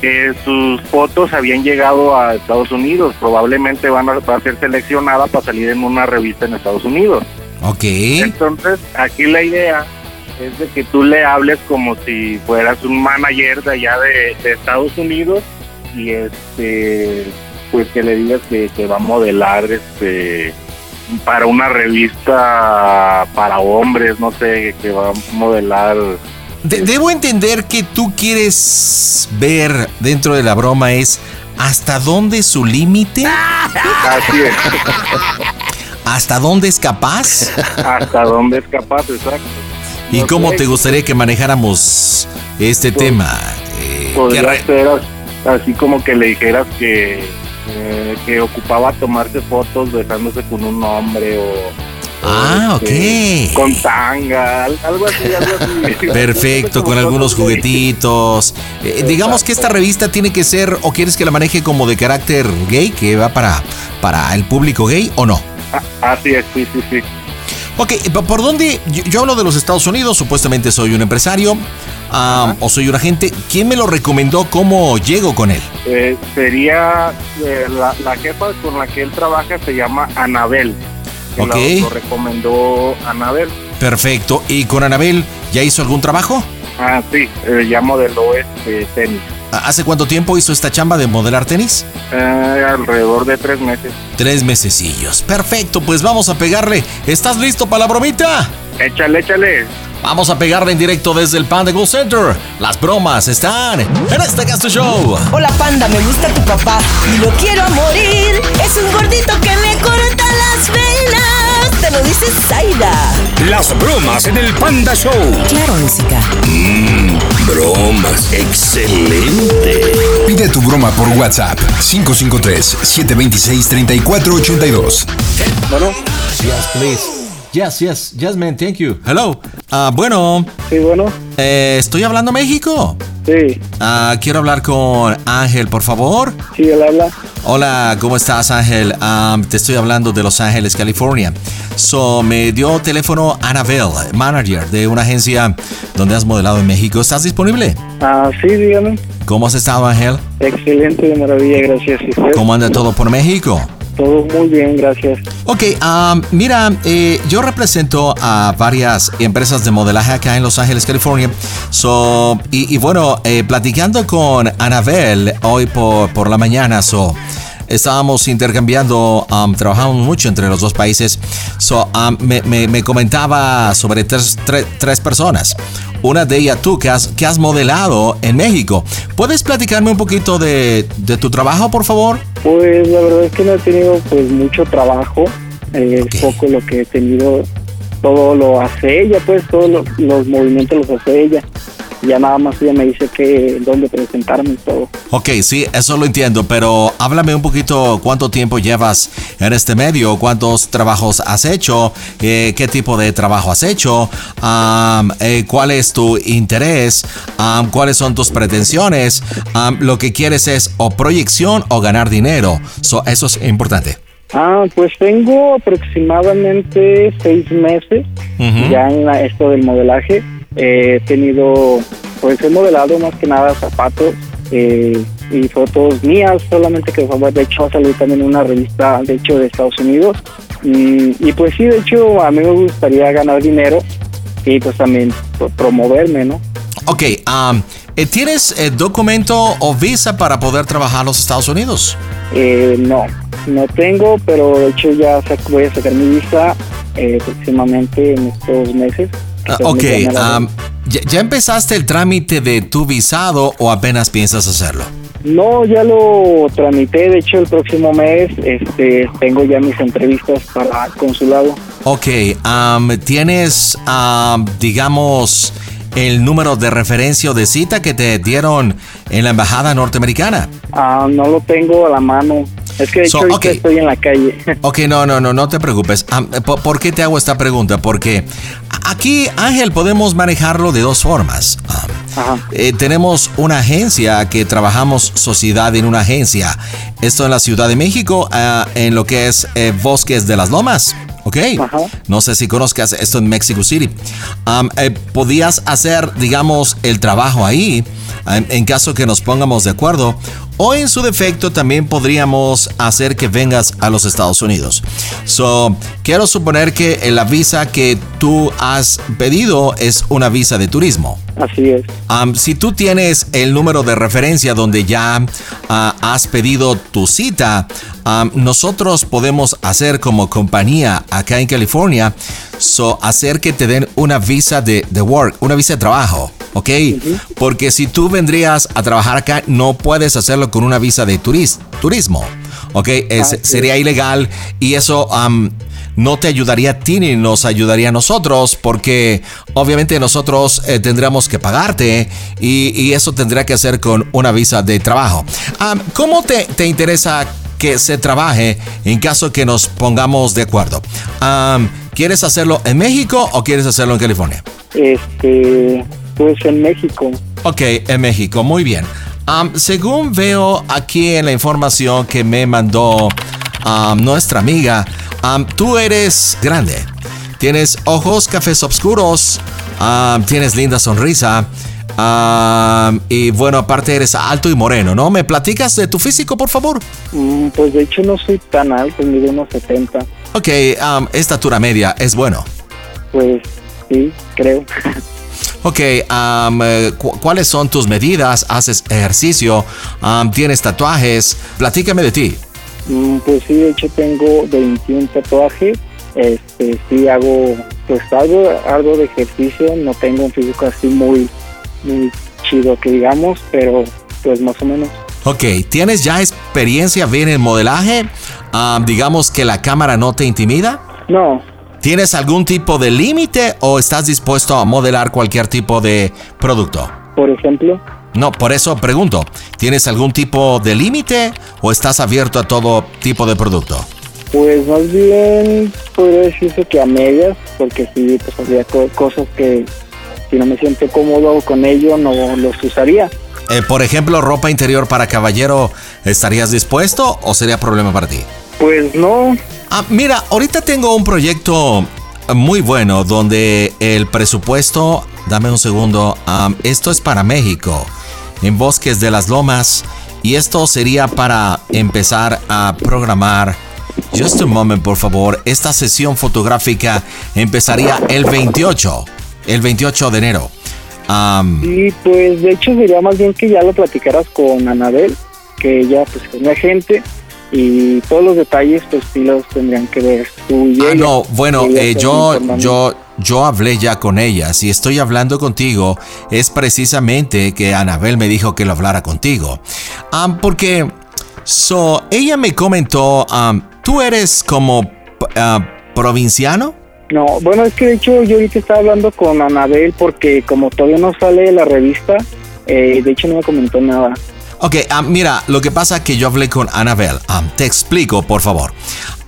que sus fotos habían llegado a Estados Unidos, probablemente van a, va a ser seleccionada para salir en una revista en Estados Unidos. Ok. Entonces, aquí la idea es de que tú le hables como si fueras un manager de allá de, de Estados Unidos y este pues que le digas que, que va a modelar este para una revista para hombres, no sé, que va a <laughs> modelar De- debo entender que tú quieres ver dentro de la broma es hasta dónde es su límite. Así es. ¿Hasta dónde es capaz? hasta dónde es capaz, exacto. ¿Y No cómo sé. te gustaría que manejáramos este tema? Podría ser as- así como que le dijeras que, eh, que ocupaba tomarse fotos besándose con un hombre o... Ah, este, ok. Con tanga, al- algo así, algo <laughs> así. Perfecto, con algunos juguetitos. Eh, digamos que esta revista tiene que ser, o quieres que la maneje como de carácter gay, que va para, para el público gay o no. Así es, sí, sí, sí. Ok, ¿po- ¿por dónde? Yo, yo hablo de los Estados Unidos, supuestamente soy un empresario ah, o soy un agente. ¿Quién me lo recomendó? ¿Cómo llego con él? Eh, sería eh, la, la jefa con la que él trabaja se llama Anabel. que la- Ok. Lo recomendó Anabel. Perfecto. ¿Y con Anabel ya hizo algún trabajo? Ah, sí, eh, ya modeló este tenis. ¿A- ¿Hace cuánto tiempo hizo esta chamba de modelar tenis? Eh, alrededor de tres meses. Tres mesecillos. Perfecto, pues vamos a pegarle. ¿Estás listo para la bromita? Échale, échale. Vamos a pegarle en directo desde el Panda Go Center. Las bromas están en este Gasto Show. Hola panda, me gusta tu papá y lo quiero a morir. Es un gordito que me corta las venas. Te lo dice Zaida. Las bromas en el Panda Show. Claro, música. Mmm, bromas. Excelente. Pide tu broma por WhatsApp 553-726-3482. Bueno. Yes, please. Yes, yes, yes, man, thank you. Hello. Ah, bueno. Eh, Sí, bueno. ¿Estoy hablando a México? Sí. Ah, quiero hablar con Ángel, por favor. Sí, él habla. Hola, ¿cómo estás, Ángel? Ah, te estoy hablando de Los Ángeles, California. So, me dio teléfono Anabel, manager de una agencia donde has modelado en México. ¿Estás disponible? Ah, sí, dígame. ¿Cómo has estado, Ángel? Excelente, de maravilla, gracias. ¿Y usted? ¿Cómo anda todo por México? Todo muy bien, gracias. Ok, ah, mira, eh, yo represento a varias empresas de modelaje acá en Los Ángeles, California. So, y, y bueno, eh, platicando con Anabel hoy por, por la mañana, so, estábamos intercambiando, um, trabajamos mucho entre los dos países. So, um, me, me- me comentaba sobre tres, tre- tres personas. Una de ellas tú, que has, que has modelado en México. ¿Puedes platicarme un poquito de, de tu trabajo, por favor? Pues la verdad es que no he tenido pues mucho trabajo. Eh, Es poco lo que he tenido. Todo lo hace ella, pues todos lo- los movimientos los hace ella. Ya nada más ella me dice que dónde presentarme y todo. Ok, sí, eso lo entiendo, pero háblame un poquito cuánto tiempo llevas en este medio, cuántos trabajos has hecho, eh, qué tipo de trabajo has hecho, am, eh, cuál es tu interés, am, cuáles son tus pretensiones, am, lo que quieres es o proyección o ganar dinero. So, eso es importante. Ah, pues tengo aproximadamente seis meses Ujú. ya en la- esto del modelaje. Eh, he tenido, pues he modelado más que nada zapatos eh, y fotos mías, solamente que fue- de hecho salí también en una revista, de hecho, de Estados Unidos. Mm, y pues sí, de hecho, a mí me gustaría ganar dinero y pues también pro- promoverme, ¿no? Ok, am, eh, ¿tienes eh, documento o visa para poder trabajar en los Estados Unidos? Eh, no, no tengo, pero de hecho ya sac- voy a sacar mi visa eh, próximamente en estos meses. Ah, Entonces, ok, me llaman a- am, ¿ya, ya empezaste el trámite de tu visado o apenas piensas hacerlo? No, ya lo tramité, de hecho el próximo mes este, tengo ya mis entrevistas para consulado. Ok, am, ¿tienes, am, digamos, el número de referencia o de cita que te dieron en la Embajada Norteamericana? Ah, no lo tengo a la mano, es que de So, hecho ahorita ok. estoy en la calle. Ok, no, no, no, no te preocupes. Am, po- ¿Por qué te hago esta pregunta? Porque a- aquí, Ángel, podemos manejarlo de dos formas. Am, eh, tenemos una agencia que trabajamos sociedad en una agencia. Esto en la Ciudad de México, ah, en lo que es eh, Bosques de las Lomas. Ok, no sé si conozcas esto en Mexico City. Am, eh, podías hacer, digamos, el trabajo ahí, em, en caso que nos pongamos de acuerdo, o en su defecto también podríamos hacer que vengas a los Estados Unidos. So, quiero suponer que la visa que tú has pedido es una visa de turismo. Así es. Am, si tú tienes el número de referencia donde ya ah, has pedido tu cita, am, nosotros podemos hacer como compañía acá en California, so, hacer que te den una visa de, de work, una visa de trabajo, ¿ok? Porque si tú vendrías a trabajar acá, no puedes hacerlo con una visa de turis- turismo, ¿ok? Es- sería ilegal y eso... am, no te ayudaría a ti ni nos ayudaría a nosotros, porque obviamente nosotros eh, tendríamos que pagarte y, y eso tendría que hacer con una visa de trabajo. Am, ¿Cómo te, te interesa que se trabaje en caso que nos pongamos de acuerdo? Am, ¿Quieres hacerlo en México o quieres hacerlo en California? Este, pues en México. Ok, en México, muy bien. Am, según veo aquí en la información que me mandó am, nuestra amiga, am, tú eres grande. Tienes ojos cafés oscuros, am, tienes linda sonrisa. am, y bueno, aparte eres alto y moreno, ¿no? ¿Me platicas de tu físico, por favor? Mm, Pues de hecho no soy tan alto, mido unos 70, Ok, am, estatura media, es bueno. pues sí, creo. <laughs> Ok, am, eh, cu- ¿cuáles son tus medidas? ¿Haces ejercicio? Am, ¿Tienes tatuajes? Platícame de ti. Mm, Pues sí, de hecho tengo 21 tatuajes. Este, sí hago, pues algo, algo de ejercicio. No tengo un físico así muy, muy chido que digamos, pero pues más o menos. Ok, ¿tienes ya experiencia bien en modelaje? Ah, digamos que la cámara no te intimida. No. ¿Tienes algún tipo de límite o estás dispuesto a modelar cualquier tipo de producto? Por ejemplo, No, por eso pregunto, ¿tienes algún tipo de límite o estás abierto a todo tipo de producto? pues más bien podría decirse que a medias, porque sí, pues habría co- cosas que si no me siento cómodo con ello, no los usaría. Eh, por ejemplo, ropa interior para caballero, ¿estarías dispuesto o sería problema para ti? Pues no. Ah, mira, ahorita tengo un proyecto muy bueno donde el presupuesto, dame un segundo, am, esto es para México, en Bosques de las Lomas, y esto sería para empezar a programar. Just a moment, por favor. Esta sesión fotográfica empezaría el 28, el 28 de enero. Am, Y pues de hecho sería más bien que ya lo platicaras con Anabel, que ella pues es mi agente y todos los detalles pues sí los tendrían que ver tú y Ah, ella. no, bueno, Ella eh, está yo, informando. yo, yo hablé ya con ella. Si estoy hablando contigo, es precisamente que Anabel me dijo que lo hablara contigo. Ah, porque, so, ella me comentó, ah, tú eres como ah, provinciano. No, bueno, es que de hecho yo ahorita estaba hablando con Anabel porque como todavía no sale la revista, eh, de hecho no me comentó nada. Ok, ah, mira, lo que pasa es que yo hablé con Anabel. Ah, te explico, por favor.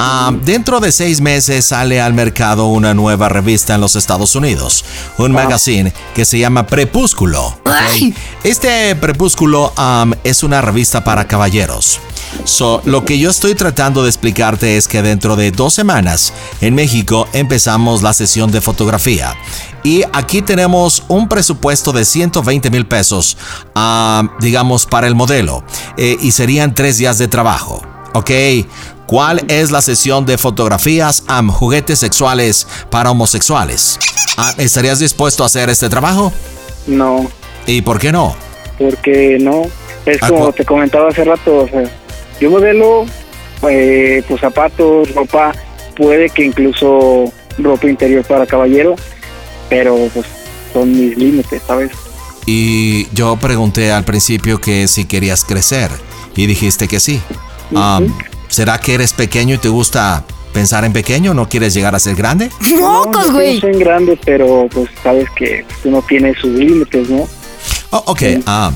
Ah, dentro de seis meses sale al mercado una nueva revista en los Estados Unidos, un magazine que se llama Prepúsculo. ¿ok? Este Prepúsculo am, es una revista para caballeros. So, lo que yo estoy tratando de explicarte es que dentro de dos semanas en México empezamos la sesión de fotografía. Y aquí tenemos un presupuesto de 120 mil pesos, am, digamos, para el modelo. eh, y serían tres días de trabajo. ¿Ok? ¿Cuál es la sesión de fotografías am juguetes sexuales para homosexuales? Ah, ¿Estarías dispuesto a hacer este trabajo? No, ¿Y por qué no? porque no, es Ah, como cu- te comentaba hace rato, o sea, yo modelo eh, pues zapatos, ropa, puede que incluso ropa interior para caballero, pero pues son mis límites, ¿sabes? y yo pregunté al principio que si querías crecer y dijiste que sí. Ah, ¿Será que eres pequeño y te gusta pensar en pequeño? ¿No quieres llegar a ser grande? <laughs> ¡Mocos, güey! Son grandes, pero pues sabes que uno tiene sus límites, ¿no? Oh, ok, ah,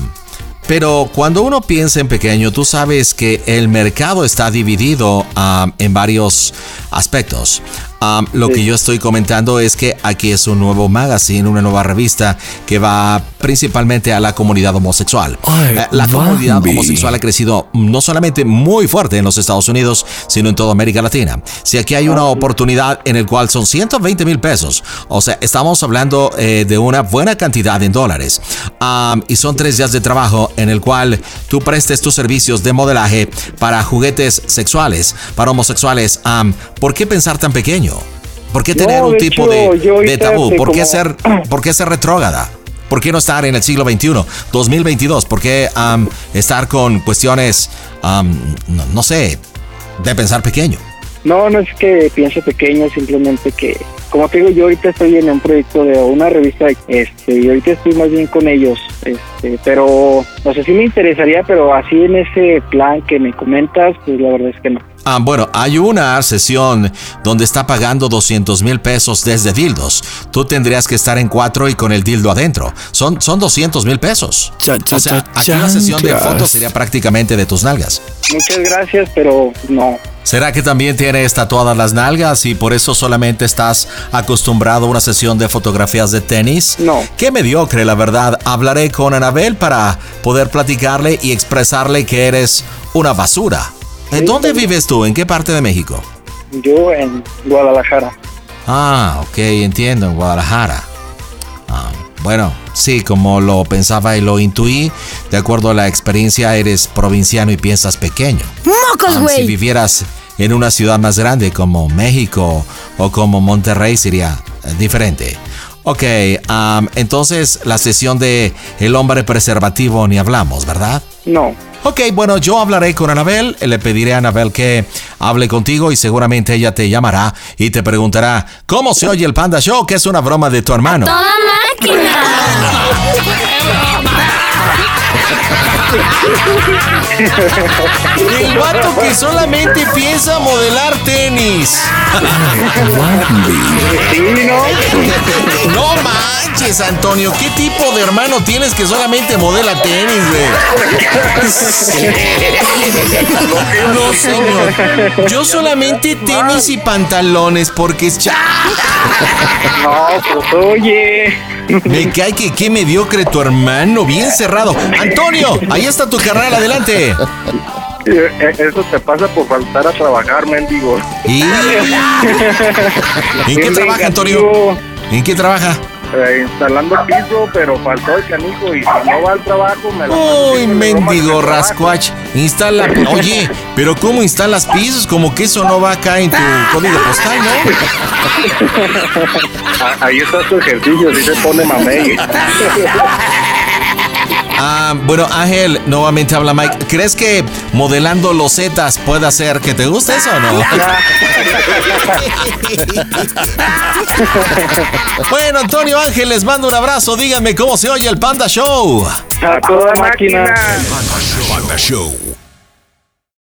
pero cuando uno piensa en pequeño, tú sabes que el mercado está dividido ah, en varios aspectos. Ah, lo que yo estoy comentando es que aquí es un nuevo magazine, una nueva revista que va principalmente a la comunidad homosexual. Ay, Eh, la comunidad Bambi. homosexual ha crecido no solamente muy fuerte en los Estados Unidos, sino en toda América Latina. Si aquí hay una oportunidad en el cual son 120 mil pesos, o sea, estamos hablando eh, de una buena cantidad en dólares. Am, y son tres días de trabajo en el cual tú prestes tus servicios de modelaje para juguetes sexuales, para homosexuales. Am, ¿Por qué pensar tan pequeño? ¿Por qué No, tener un de tipo hecho, de, yo de ahorita tabú? hace ¿Por qué, como- ser, <clears throat> ¿Por qué ser retrógada? ¿Por qué no estar en el siglo XXI, 2022? ¿Por qué am, estar con cuestiones, am, no, no sé, de pensar pequeño? No, no es que piense pequeño, simplemente que, como te digo, yo ahorita estoy en un proyecto de una revista, este, y ahorita estoy más bien con ellos, este, pero, no sé si me interesaría, pero así en ese plan que me comentas, pues la verdad es que no. Ah, bueno, hay una sesión donde está pagando 200 mil pesos desde dildos. Tú tendrías que estar en cuatro y con el dildo adentro. Son, son 200 mil pesos. cha, o sea, cha, aquí una sesión de chanclas. fotos sería prácticamente de tus nalgas. Muchas gracias, pero no. ¿Será que también tienes tatuadas las nalgas y por eso solamente estás acostumbrado a una sesión de fotografías de tenis? No. Qué mediocre, la verdad. Hablaré con Anabel para poder platicarle y expresarle que eres una basura. ¿En dónde vives tú? ¿En qué parte de México? Yo en Guadalajara. Ah, ok, entiendo, en Guadalajara. Ah, bueno, sí, como lo pensaba y lo intuí, de acuerdo a la experiencia, eres provinciano y piensas pequeño. ¡Mocos, Ah, si güey! vivieras en una ciudad más grande como México o como Monterrey sería eh, diferente. Ok, am, entonces la sesión de El hombre preservativo ni hablamos, ¿verdad? No. Ok, bueno, yo hablaré con Anabel, le pediré a Anabel que hable contigo y seguramente ella te llamará y te preguntará cómo se oye el Panda Show, que es una broma de tu hermano. Toda máquina. El vato que solamente piensa modelar tenis. No manches, Antonio, ¿qué tipo de hermano tienes que solamente modela tenis, güey? No, señor. Yo solamente tenis y pantalones porque es cha. No, pues oye. Me cae que qué mediocre tu hermano, bien cerrado. Antonio, ahí está tu carnal, adelante. Eh, eh, Eso te pasa por faltar a trabajar, mendigo. ¿Y? ¿En qué Bien trabaja, vengativo. Antonio? ¿En qué trabaja? Eh, instalando piso, pero faltó el canijo y si no va al trabajo me <laughs> la Uy, mendigo rascuach. Instala. Oye, pero ¿cómo instalas pisos? Como que eso no va acá en tu código postal, ¿no? Ah, Ahí está su ejercicio, si se pone mamey. Ah, bueno, Ángel, nuevamente habla Mike. ¿Crees que modelando losetas puede hacer que te guste eso o <laughs> no? bueno, Antonio Ángel, les mando un abrazo. Díganme cómo se oye el Panda Show. A toda máquina. Panda Show.